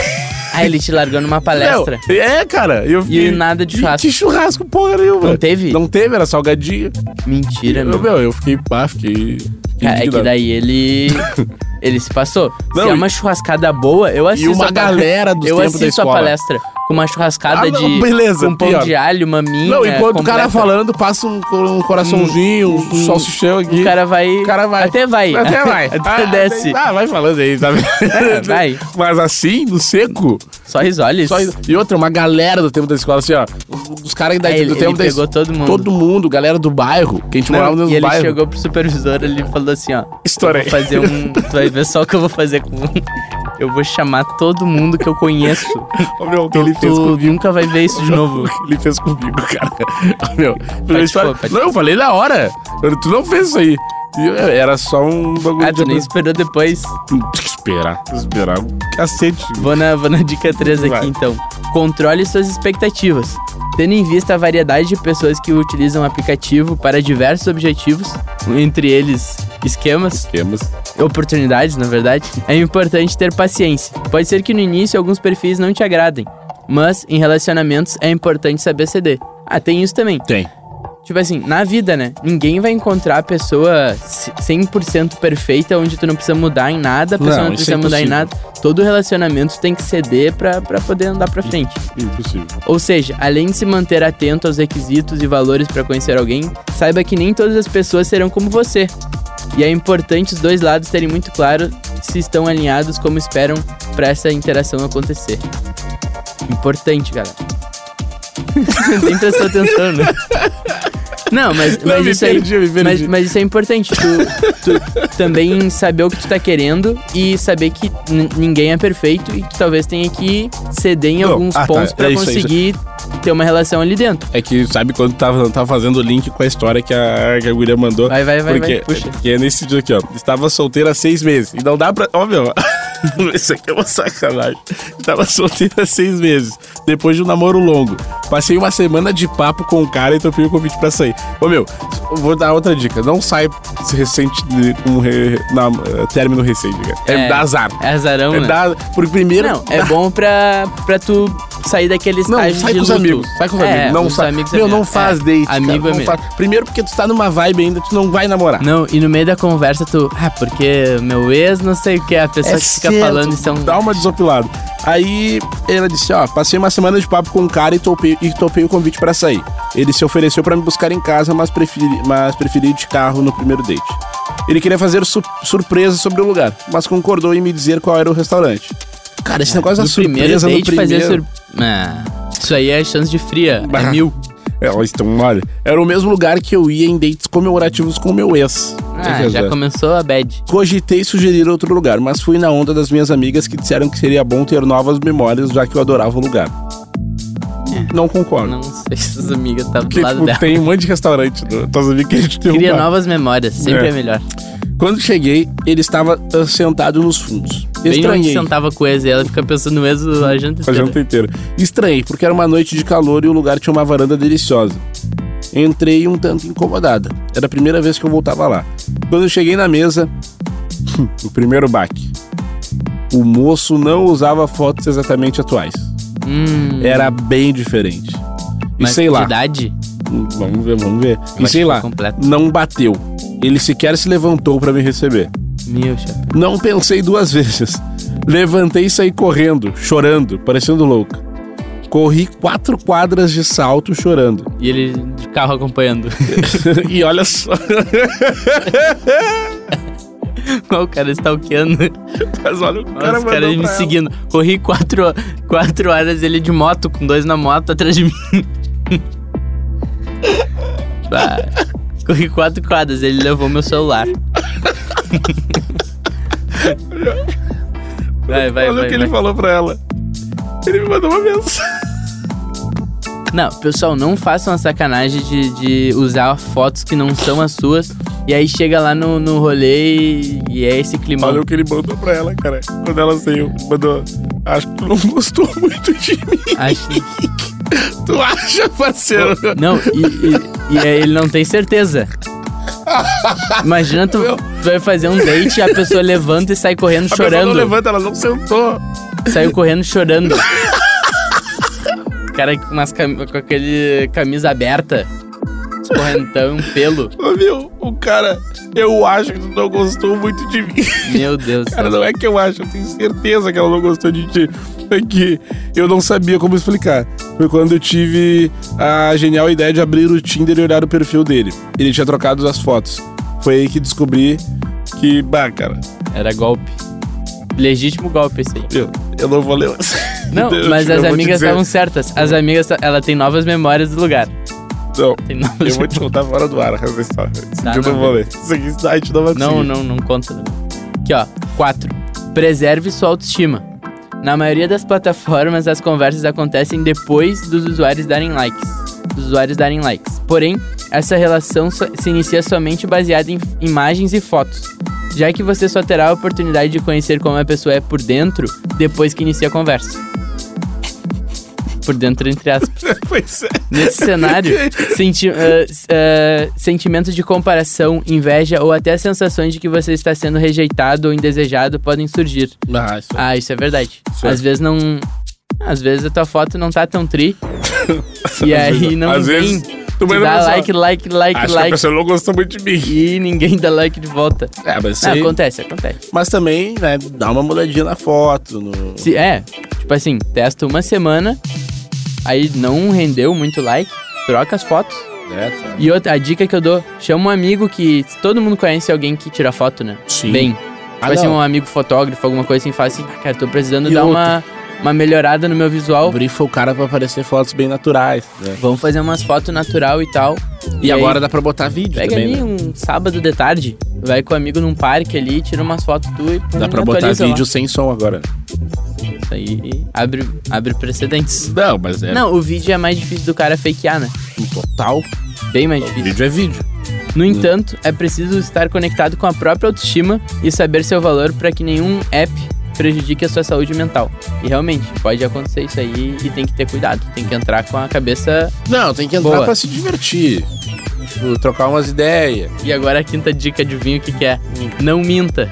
Speaker 3: Ah, ele te largou numa palestra.
Speaker 2: Não, é, cara. Eu fiquei-
Speaker 3: nada de
Speaker 2: E
Speaker 3: churrasco.
Speaker 2: Que churrasco, porra nenhuma.
Speaker 3: Não teve?
Speaker 2: Não teve, era salgadinho.
Speaker 3: Mentira,
Speaker 2: Eu,
Speaker 3: meu.
Speaker 2: meu, eu fiquei pá, fiquei. fiquei
Speaker 3: Cara, é que
Speaker 2: indignado.
Speaker 3: daí ele. ele se passou.
Speaker 2: Não,
Speaker 3: se é
Speaker 2: e-
Speaker 3: uma churrascada boa, eu
Speaker 2: E
Speaker 3: assisto.
Speaker 2: uma
Speaker 3: a palestra.
Speaker 2: galera dos
Speaker 3: Eu
Speaker 2: tempos da
Speaker 3: assisto a
Speaker 2: escola.
Speaker 3: palestra. com uma churrascada
Speaker 2: Ah, não,
Speaker 3: de.
Speaker 2: beleza,
Speaker 3: com pão
Speaker 2: pior.
Speaker 3: de alho, maminha.
Speaker 2: Não, enquanto o cara
Speaker 3: é completa. Hum,
Speaker 2: falando, passa um, cor- um coraçãozinho, um, salsichão aqui.
Speaker 3: O cara vai.
Speaker 2: O cara vai.
Speaker 3: Até vai.
Speaker 4: Até vai.
Speaker 3: Até desce.
Speaker 4: Ah, vai falando aí, tá
Speaker 3: É, vai.
Speaker 4: Mas assim, no seco,
Speaker 3: Só risoles.
Speaker 2: Só- e outra, uma galera do tempo da escola, assim, ó. Os caras da,
Speaker 3: É, ele-
Speaker 2: do tempo
Speaker 3: ele
Speaker 2: da es-
Speaker 3: pegou todo mundo.
Speaker 2: Todo mundo, galera do bairro, que a gente morava no
Speaker 3: e
Speaker 2: mesmo
Speaker 3: ele
Speaker 2: bairro.
Speaker 3: chegou pro supervisor ele falou assim, ó.
Speaker 4: estourei.
Speaker 3: Vou fazer um. tu vai ver só o que eu vou fazer com. um." Eu vou chamar todo mundo que eu conheço.
Speaker 4: Ô, meu, o que
Speaker 3: Tu,
Speaker 4: ele fez comigo.
Speaker 3: nunca vai ver isso de novo.
Speaker 4: Ele fez comigo, cara. Ô, Meu, primeira história-
Speaker 3: pôr, pode
Speaker 4: Não, eu falei na hora. Eu- Tu não fez isso aí. E eu- Era só um bagulho tipo,
Speaker 3: Ah, tu nem esperou depois.
Speaker 4: Tem que esperar. Tem que esperar. Cacete.
Speaker 3: Vou na, vou na dica 3 aqui
Speaker 4: Vai.
Speaker 3: então. Controle suas expectativas. Tendo em vista a variedade de pessoas que utilizam o aplicativo para diversos objetivos, entre eles esquemas,
Speaker 4: Esquemas.
Speaker 3: oportunidades, na verdade, é importante ter paciência. Pode ser que no início alguns perfis não te agradem, mas em relacionamentos é importante saber ceder. Ah, tem isso também.
Speaker 2: Tem.
Speaker 3: Tipo assim, na vida, né? Ninguém vai encontrar a pessoa c- 100% perfeita, onde tu não precisa mudar em nada, a pessoa
Speaker 4: Não,
Speaker 3: não,
Speaker 4: isso
Speaker 3: precisa
Speaker 4: é
Speaker 3: mudar em
Speaker 4: impossível.
Speaker 3: nada. Todo relacionamento tem que ceder pra, pra poder andar pra frente.
Speaker 4: Impossível.
Speaker 3: Ou seja, além de se manter atento aos requisitos e valores pra conhecer alguém, saiba que nem todas as pessoas serão como você. E é importante os dois lados terem muito claro se estão alinhados como esperam pra essa interação acontecer. Importante, galera. Nem prestou atenção, né? Não, mas,
Speaker 4: Não,
Speaker 3: mas
Speaker 4: me
Speaker 3: isso aí.
Speaker 4: perdi, me perdi.
Speaker 3: Mas, mas isso é importante. Tu, tu também saber o que tu tá querendo e saber que n- ninguém é perfeito e que talvez tenha que ceder em
Speaker 4: Não,
Speaker 3: alguns
Speaker 4: ah, tá,
Speaker 3: pontos
Speaker 4: é
Speaker 3: pra
Speaker 4: isso, é isso.
Speaker 3: conseguir ter uma relação ali dentro.
Speaker 4: É que sabe quando tava, tava fazendo o link com a história que a, que a guria mandou.
Speaker 3: Vai, vai, vai,
Speaker 4: porque,
Speaker 3: vai, puxa.
Speaker 4: Porque é nesse dia aqui, ó. Estava solteira há seis meses. E não dá pra. Ó, meu. Isso aqui é uma sacanagem. Estava solteira há seis meses. Depois de um namoro longo. Passei uma semana de papo com o cara e topei o convite pra sair. Ô, meu. Vou dar outra dica. Não sai recente de- com re, na, eh, término recente, cara. É,
Speaker 3: É.
Speaker 4: dar azar.
Speaker 3: É azarão,
Speaker 4: É
Speaker 3: né?
Speaker 4: dar. Porque primeiro.
Speaker 3: Não, é bom pra, pra tu sair daquele
Speaker 2: Não,
Speaker 3: estágio
Speaker 2: sai
Speaker 3: de
Speaker 2: com os
Speaker 3: luto.
Speaker 2: amigos. Sai com os
Speaker 3: É,
Speaker 2: amigos. Não
Speaker 3: os
Speaker 2: sai.
Speaker 3: amigos é
Speaker 2: Meu, não
Speaker 3: melhor.
Speaker 2: faz
Speaker 3: É,
Speaker 2: date. cara,
Speaker 3: Amigo é
Speaker 2: não
Speaker 3: melhor.
Speaker 2: faz. Primeiro porque tu tá numa vibe ainda, tu não vai namorar.
Speaker 3: Não, e no meio da conversa tu... Ah, porque meu ex não sei o que. A
Speaker 2: É
Speaker 3: pessoa
Speaker 2: Tá,
Speaker 3: que fica
Speaker 2: certo,
Speaker 3: falando isso é um...
Speaker 4: Dá uma desopilada.
Speaker 2: Aí ela disse, ó, passei uma semana de papo com um cara e topei, e topei o convite pra sair. Ele se ofereceu pra me buscar em casa, mas preferi, mas preferi ir de carro no primeiro date. Ele queria fazer su- surpresa sobre o lugar, mas concordou em me dizer qual era o restaurante. Cara, esse negócio da
Speaker 3: No Ah, primeiro
Speaker 2: surpresa
Speaker 3: date
Speaker 2: no
Speaker 3: fazer
Speaker 2: primeiro...
Speaker 3: sur... Ah, isso aí é chance de fria. É mil.
Speaker 4: É, ó, então, olha.
Speaker 2: um, Era o mesmo lugar que eu ia em dates comemorativos com é. meu ex.
Speaker 3: Ah, já começou a bad.
Speaker 2: Cogitei sugerir outro lugar, mas fui na onda das minhas amigas que disseram que seria bom ter novas memórias, já que eu adorava o lugar.
Speaker 4: Não concordo.
Speaker 3: É. Não sei se as amigas estavam do
Speaker 4: Porque,
Speaker 3: lado
Speaker 4: tipo,
Speaker 3: dela.
Speaker 4: tem um monte de restaurante. Né? Tuas amigas que a gente tem um
Speaker 3: Cria
Speaker 4: bar.
Speaker 3: novas memórias, sempre
Speaker 4: É.
Speaker 3: é, melhor.
Speaker 2: Quando cheguei, ele estava ah, sentado nos fundos.
Speaker 3: Bem onde
Speaker 2: Estranhei.
Speaker 3: sentava com o ex e ela fica pensando no ex a
Speaker 4: A
Speaker 3: janta inteira.
Speaker 4: janta inteira.
Speaker 2: um Estranhei, porque era uma noite de calor e o lugar tinha uma varanda deliciosa. Entrei um tanto incomodada. Era a primeira vez que eu voltava lá. Quando eu cheguei na mesa,
Speaker 4: O primeiro baque.
Speaker 2: o moço não usava fotos exatamente atuais.
Speaker 3: Hum,
Speaker 2: Era bem diferente. E
Speaker 3: mas
Speaker 2: sei
Speaker 3: de
Speaker 2: lá.
Speaker 3: idade?
Speaker 4: Hum, Vamos ver, vamos ver.
Speaker 2: E
Speaker 3: Mas
Speaker 2: sei
Speaker 3: ficou
Speaker 2: lá,
Speaker 3: completo.
Speaker 2: não bateu. Ele sequer se levantou para me receber.
Speaker 3: Meu chapéu.
Speaker 2: Não pensei duas vezes. Levantei e saí correndo, chorando, parecendo louca. Corri quatro quadras de salto chorando.
Speaker 3: E ele de carro acompanhando.
Speaker 4: e olha só,
Speaker 3: o cara stalkeando.
Speaker 4: mas olha o
Speaker 3: Olha
Speaker 4: cara
Speaker 3: Os caras
Speaker 4: mandou
Speaker 3: me
Speaker 4: pra ela.
Speaker 3: seguindo. Corri quatro, quatro horas ele de moto, com dois na moto atrás de mim. Bah. Corri quatro quadras, ele levou meu celular. Vai, vai,
Speaker 4: olha o
Speaker 3: vai.
Speaker 4: que
Speaker 3: vai.
Speaker 4: ele falou pra ela. Ele me mandou uma mensagem.
Speaker 3: Não, pessoal, não façam a sacanagem de, de usar fotos que não são as suas. E aí chega lá no, no rolê e, e é esse clima.
Speaker 4: Olha o que ele mandou pra ela, cara. Quando ela saiu, mandou. Acho que tu não gostou muito de mim.
Speaker 3: Acho-
Speaker 4: Tu acha, parceiro?
Speaker 3: Não, e, e- e aí ele não tem certeza. Imagina tu, tu vai fazer um date e a pessoa levanta e sai correndo
Speaker 4: A pessoa não
Speaker 3: chorando.
Speaker 4: levanta, ela não sentou.
Speaker 3: Saiu correndo chorando. O cara com, umas cam- com aquele camisa aberta. Escorrentão, um pelo.
Speaker 4: Ô, meu, o cara, eu acho que tu não gostou muito de mim.
Speaker 3: Meu Deus. do
Speaker 4: Cara,
Speaker 3: céu.
Speaker 4: não é que eu acho, eu tenho certeza que ela não gostou de ti. É que eu não sabia como explicar. Foi quando eu tive a genial ideia de abrir o Tinder e olhar o perfil dele. Ele tinha trocado as fotos. Foi aí que descobri que, bah, cara,
Speaker 3: Era golpe. Legítimo golpe esse aí.
Speaker 4: eu, eu não vou ler. essa.
Speaker 3: Não,
Speaker 4: Eu-
Speaker 3: mas
Speaker 4: eu
Speaker 3: as
Speaker 4: vou te
Speaker 3: amigas
Speaker 4: dizer-
Speaker 3: estavam certas. As amigas, ela tem novas memórias do lugar.
Speaker 4: Não,
Speaker 3: Tem novas
Speaker 4: eu vou te contar fora do ar essa história. Isso
Speaker 3: Tá,
Speaker 4: aqui eu não
Speaker 3: não.
Speaker 4: vou ler. Isso aqui a gente não vai
Speaker 3: Não,
Speaker 4: conseguir.
Speaker 3: não, não conta. não. Aqui, ó. 4. Preserve sua autoestima. Na maioria das plataformas, as conversas acontecem depois dos usuários darem likes. Dos usuários darem likes. Porém, essa relação só- se inicia somente baseada em f- imagens e fotos. Já que você só terá a oportunidade de conhecer como a pessoa é por dentro depois que inicia a conversa. Por dentro, entre aspas.
Speaker 4: Pois é.
Speaker 3: Nesse cenário, senti- ah, s- ah, sentimentos de comparação, inveja ou até sensações de que você está sendo rejeitado ou indesejado podem surgir.
Speaker 4: Ah, isso
Speaker 3: Ah, isso é verdade.
Speaker 4: Isso é.
Speaker 3: Às vezes não. Às vezes a tua foto não tá tão tri. e aí não
Speaker 4: Às
Speaker 3: vem.
Speaker 4: vezes, tu
Speaker 3: tu
Speaker 4: manda
Speaker 3: dá
Speaker 4: mensagem.
Speaker 3: like, like, like,
Speaker 4: Acho que a
Speaker 3: like.
Speaker 4: pessoa não gostou muito de mim.
Speaker 3: E ninguém dá like de volta.
Speaker 4: É, mas
Speaker 3: Ah, acontece, acontece.
Speaker 2: Mas também, né, dá uma mudadinha na foto. No...
Speaker 3: Se, é, tipo assim, testa uma semana, aí não rendeu muito like, troca as fotos.
Speaker 2: É, tá.
Speaker 3: E outra, a dica que eu dou, chama um amigo que todo mundo conhece alguém que tira foto, né?
Speaker 2: Sim.
Speaker 3: Bem,
Speaker 2: Ah,
Speaker 3: vai ser
Speaker 2: não.
Speaker 3: um amigo fotógrafo, alguma coisa assim, fala assim, "Ah, cara, tô precisando
Speaker 2: E
Speaker 3: dar
Speaker 2: outra?
Speaker 3: uma, uma melhorada no meu visual.
Speaker 2: Brifa o cara pra aparecer fotos bem naturais. né?
Speaker 3: Vamos fazer umas fotos natural e tal.
Speaker 2: E,
Speaker 3: aí,
Speaker 2: agora dá pra botar vídeo
Speaker 3: Pega
Speaker 2: também,
Speaker 3: ali
Speaker 2: né?
Speaker 3: um sábado de tarde, vai com o amigo num parque ali, tira umas fotos tu e pum,
Speaker 2: Dá pra botar
Speaker 3: um atualiza lá.
Speaker 2: vídeo sem som agora.
Speaker 3: Isso aí abre, abre precedentes.
Speaker 2: Não, mas é um
Speaker 3: Não, o vídeo é mais difícil do cara fakear, né?
Speaker 2: total.
Speaker 3: Bem mais difícil.
Speaker 2: Vídeo é vídeo.
Speaker 3: No entanto, é preciso estar conectado com a própria autoestima e saber seu valor para que nenhum app prejudique a sua saúde mental. E realmente, pode acontecer isso aí e tem que ter cuidado, tem que entrar com a cabeça.
Speaker 2: Não, tem que entrar
Speaker 3: Boa.
Speaker 2: pra se divertir. Tipo, trocar umas ideias.
Speaker 3: E agora a quinta dica de vinho que, que é: não minta.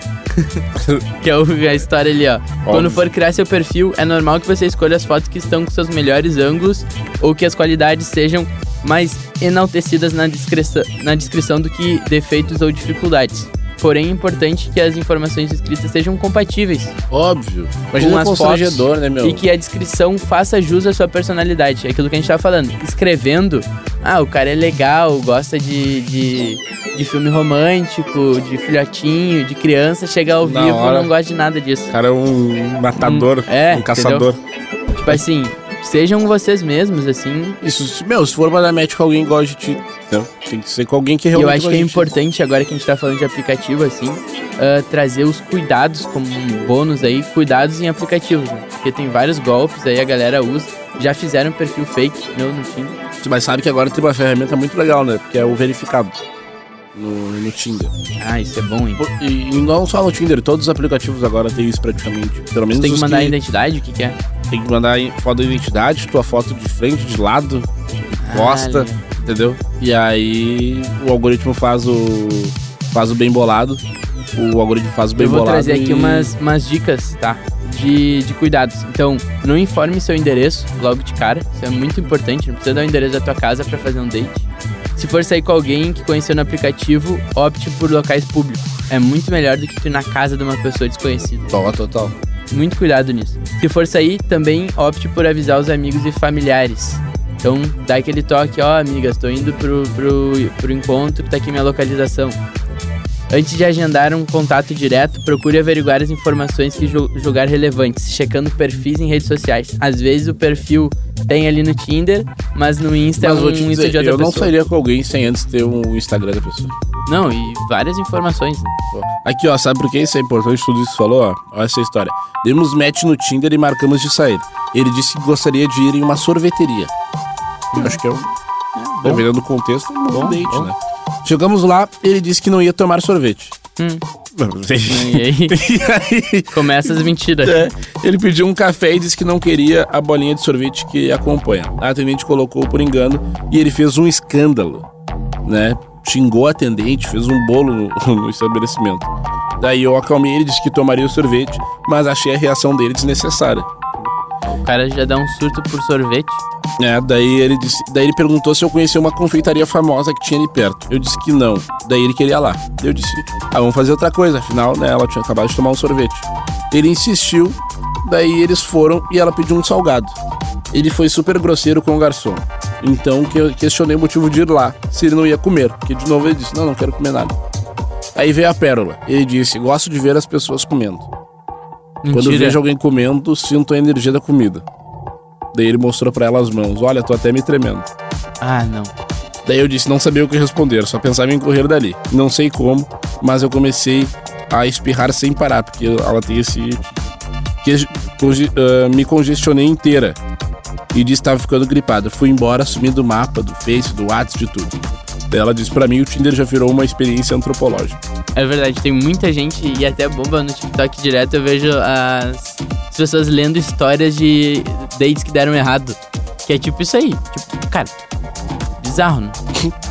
Speaker 3: que é o- a história ali, ó. Quando for criar seu perfil, é normal que você escolha as fotos que estão com seus melhores ângulos ou que as qualidades sejam mais enaltecidas na, descrição na descrição do que defeitos ou dificuldades. Porém, é importante que as informações escritas sejam compatíveis
Speaker 2: Óbvio. Imagina
Speaker 3: Com
Speaker 2: um
Speaker 3: as
Speaker 2: constrangedor, né, meu?
Speaker 3: e que a descrição faça jus à sua personalidade. É aquilo que a gente tava falando. Escrevendo, ah, o cara é legal, gosta de, de, de filme romântico, de filhotinho, de criança, chega ao
Speaker 4: Na
Speaker 3: vivo,
Speaker 4: hora.
Speaker 3: não gosta de nada disso.
Speaker 4: O cara é um matador,
Speaker 3: Hum, é,
Speaker 4: um caçador.
Speaker 3: Tipo assim, sejam vocês mesmos, assim.
Speaker 2: Isso, se- meu, se for mandar match com alguém que gosta de ti, não, tem que ser com alguém que
Speaker 3: E
Speaker 2: realmente
Speaker 3: eu acho que é
Speaker 2: gosta de ti.
Speaker 3: importante, agora que a gente tá falando de aplicativo, assim, ah, trazer os cuidados como um bônus aí, cuidados em aplicativos, né? Porque tem vários golpes aí, a galera usa. Já fizeram perfil fake meu, no Tinder.
Speaker 2: Mas sabe que agora tem uma ferramenta muito legal, né? Que é o verificado no, no Tinder.
Speaker 3: Ah, isso é bom, hein?
Speaker 2: Por- E, e não só no Tinder, todos os aplicativos agora têm isso praticamente. Pelo menos
Speaker 3: Você tem que
Speaker 2: os
Speaker 3: mandar a identidade? O que, que é?
Speaker 2: tem que mandar em- foto da identidade, tua foto de frente, de lado, de costa,
Speaker 3: Caralho.
Speaker 2: entendeu? E aí o algoritmo faz o faz o bem bolado. O algoritmo faz o bem
Speaker 3: Eu vou
Speaker 2: bolado.
Speaker 3: trazer
Speaker 2: e-
Speaker 3: aqui umas, umas dicas, tá? De, de cuidados. Então, não informe seu endereço logo de cara. Isso é muito importante. Não precisa dar o endereço da tua casa pra fazer um date. Se for sair com alguém que conheceu no aplicativo, opte por locais públicos. É muito melhor do que tu ir na casa de uma pessoa desconhecida.
Speaker 2: Total, total.
Speaker 3: Muito cuidado nisso. Se for sair, também opte por avisar os amigos e familiares. Então, dá aquele toque, ó, amigas, tô indo pro, pro, pro encontro, tá aqui minha localização. Antes de agendar um contato direto, procure averiguar as informações que ju- julgar relevantes, checando perfis em redes sociais. Às vezes o perfil tem ali no Tinder, mas no Insta
Speaker 2: Mas
Speaker 3: é
Speaker 2: vou
Speaker 3: um
Speaker 2: te
Speaker 3: Insta
Speaker 2: dizer,
Speaker 3: de
Speaker 2: eu
Speaker 3: outra
Speaker 2: não
Speaker 3: pessoa.
Speaker 2: sairia com alguém sem antes ter um Instagram da pessoa.
Speaker 3: Não, e várias informações. né?
Speaker 2: Aqui, ó, sabe por que isso é importante? Tudo isso que falou, ó. Olha essa história. Demos match no Tinder e marcamos de sair. Ele disse que gostaria de ir em uma sorveteria. Eu Acho que é um. dependendo do contexto, um bom,
Speaker 3: Hum. Bom,
Speaker 2: date,
Speaker 3: bom.
Speaker 2: né? Chegamos lá, ele disse que não ia tomar sorvete.
Speaker 3: Hum.
Speaker 2: e
Speaker 3: E aí,
Speaker 2: aí,
Speaker 3: começa as mentiras.
Speaker 2: é, ele pediu um café e disse que não queria a bolinha de sorvete que acompanha. A atendente colocou por engano e ele fez um escândalo, né? Xingou a atendente, fez um bolo no, no estabelecimento. Daí eu acalmei ele, disse que tomaria o sorvete, mas achei a reação dele desnecessária.
Speaker 3: O cara já dá um surto por sorvete.
Speaker 2: É, daí ele disse, daí ele perguntou se eu conhecia uma confeitaria famosa que tinha ali perto. Eu disse que não. Daí ele queria lá. Eu disse, ah, vamos fazer outra coisa. Afinal, né, ela tinha acabado de tomar um sorvete. Ele insistiu, daí eles foram e ela pediu um salgado. Ele foi super grosseiro com o garçom. Então que eu questionei o motivo de ir lá, se ele não ia comer. Porque de novo ele disse, não, não quero comer nada. Aí veio a pérola. Ele disse, gosto de ver as pessoas comendo. Quando
Speaker 3: Mentira.
Speaker 2: vejo alguém comendo, sinto a energia da comida. Daí ele mostrou pra ela as mãos. Olha, tô até me tremendo.
Speaker 3: Ah, não.
Speaker 2: Daí eu disse, não sabia o que responder, só pensava em correr dali. Não sei como, mas eu comecei a espirrar sem parar, porque ela tem esse. que- conge- ah, me congestionei inteira. E disse que estava ficando gripado. Fui embora, sumi do mapa, do Face, do WhatsApp, de tudo. Daí ela disse pra mim, o Tinder já virou uma experiência antropológica.
Speaker 3: É verdade, tem muita gente e até bomba no TikTok direto. Eu vejo as, as pessoas lendo histórias de dates que deram errado. Que é tipo isso aí. Tipo, cara, bizarro, né?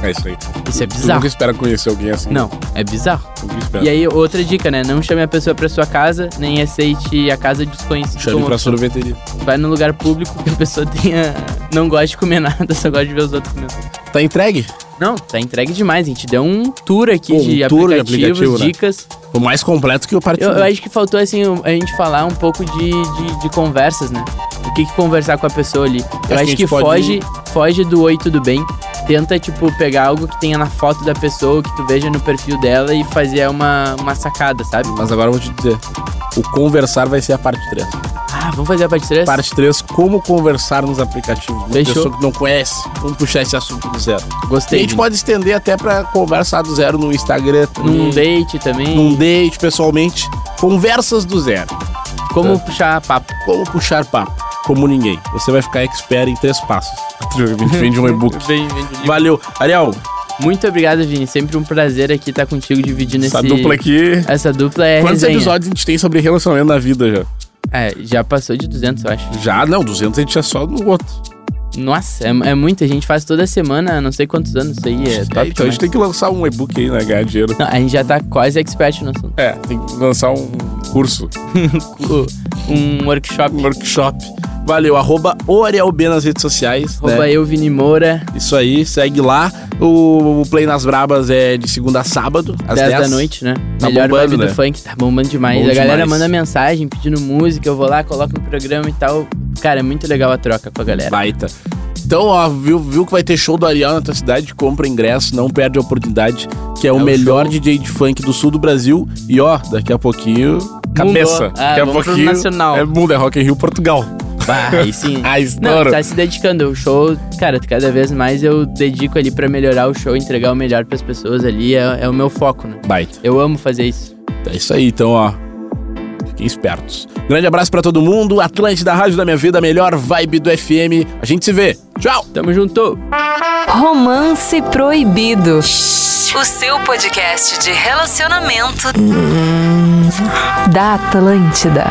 Speaker 2: É isso aí.
Speaker 3: Isso é
Speaker 2: Tu nunca Tá.
Speaker 3: bizarro.
Speaker 2: espera conhecer alguém assim.
Speaker 3: Não, é bizarro.
Speaker 2: Nunca espera.
Speaker 3: E aí, outra dica, né? Não chame a pessoa pra sua casa, nem aceite a casa de desconhecido.
Speaker 2: Chame
Speaker 3: como
Speaker 2: pra
Speaker 3: opção.
Speaker 2: sorveteria.
Speaker 3: Vai num lugar público que a pessoa tenha. Não gosta de comer nada, só gosta de ver os outros comendo.
Speaker 2: Tá entregue?
Speaker 3: Não, tá entregue demais, a gente deu um tour aqui
Speaker 2: Pô, um
Speaker 3: de,
Speaker 2: tour de
Speaker 3: aplicativos,
Speaker 2: aplicativo, né?
Speaker 3: dicas.
Speaker 2: O mais completo que o partido.
Speaker 3: Eu, eu acho que faltou, assim, um- a gente falar um pouco de, de, de conversas, né? O que, que conversar com a pessoa ali. Eu
Speaker 2: Acho
Speaker 3: acho,
Speaker 2: que a gente
Speaker 3: que
Speaker 2: pode-
Speaker 3: foge, foge do oi, tudo bem. Tenta, tipo, pegar algo que tenha na foto da pessoa, que tu veja no perfil dela e fazer uma, uma sacada, sabe?
Speaker 2: Mas agora eu vou te dizer. O conversar vai ser a parte 3.
Speaker 3: Ah, vamos fazer a parte 3?
Speaker 2: Parte 3, como conversar nos aplicativos. Uma
Speaker 3: Fechou.
Speaker 2: pessoa que não conhece, vamos puxar esse assunto do zero. E a
Speaker 3: Gostei.
Speaker 2: gente pode estender até pra conversar do zero no Instagram,
Speaker 3: Num
Speaker 2: também,
Speaker 3: date também.
Speaker 2: num date, pessoalmente. Conversas do zero.
Speaker 3: Como puxar papo.
Speaker 2: Como puxar papo, como ninguém. Você vai ficar expert em três passos. A gente vende um e-book.
Speaker 3: Vem, vem de livro.
Speaker 2: Valeu. Ariel,
Speaker 3: Muito obrigado, Vini. Sempre um prazer aqui estar contigo dividindo
Speaker 2: essa
Speaker 3: esse...
Speaker 2: dupla aqui.
Speaker 3: Essa dupla é
Speaker 2: Quantos
Speaker 3: resenha.
Speaker 2: episódios a gente tem sobre relacionamento na vida já?
Speaker 3: É, já passou de 200, eu acho.
Speaker 2: Já, não, 200 a gente é só no outro.
Speaker 3: Nossa, é, é muita gente. Faz toda semana, não sei quantos anos isso aí. É top
Speaker 2: É, então a
Speaker 3: demais.
Speaker 2: gente tem que lançar um e-book aí, né? Ganhar dinheiro.
Speaker 3: Não, a gente já tá quase expert no assunto.
Speaker 2: É, tem que lançar um curso.
Speaker 3: O- Um workshop.
Speaker 2: Né? workshop. Valeu, arroba o Ariel B nas redes sociais. né?
Speaker 3: Rouba eu, Vini Moura,
Speaker 2: Isso aí, segue lá. O, o Play nas Brabas é de segunda a sábado, às
Speaker 3: 10,
Speaker 2: 10,
Speaker 3: da noite, né?
Speaker 2: Tá
Speaker 3: Melhor
Speaker 2: bombando,
Speaker 3: vibe
Speaker 2: né?
Speaker 3: do funk, tá bombando demais.
Speaker 2: Bom
Speaker 3: a galera
Speaker 2: demais.
Speaker 3: manda mensagem pedindo música, eu vou lá, coloco no programa e tal. Cara, é muito legal a troca com a galera.
Speaker 2: Baita. Então, ó, viu, viu que vai ter show do Ariel na tua cidade? Compra ingresso, não perde a oportunidade, que é, o
Speaker 3: o
Speaker 2: melhor DJ de funk do sul do Brasil. E ó, daqui a pouquinho. Cabeça.
Speaker 3: Ah,
Speaker 2: daqui a
Speaker 3: vamos pro
Speaker 2: pouquinho.
Speaker 3: nacional.
Speaker 2: É mundo, é Rock in Rio Portugal.
Speaker 3: Bah, aí sim.
Speaker 2: Ah,
Speaker 3: Não,
Speaker 2: estouro.
Speaker 3: tá se dedicando. O show, cara, cada vez mais eu dedico ali pra melhorar o show, entregar o melhor pras pessoas ali. É, é o meu foco, né?
Speaker 2: Baita.
Speaker 3: Eu amo fazer isso.
Speaker 2: É isso aí, então, ó. Fiquem espertos. Grande abraço pra todo mundo. Atlante da Rádio da Minha Vida, a melhor vibe do FM. A gente se vê. Tchau!
Speaker 3: Tamo junto!
Speaker 1: Romance Proibido. O seu podcast de relacionamento da Atlântida.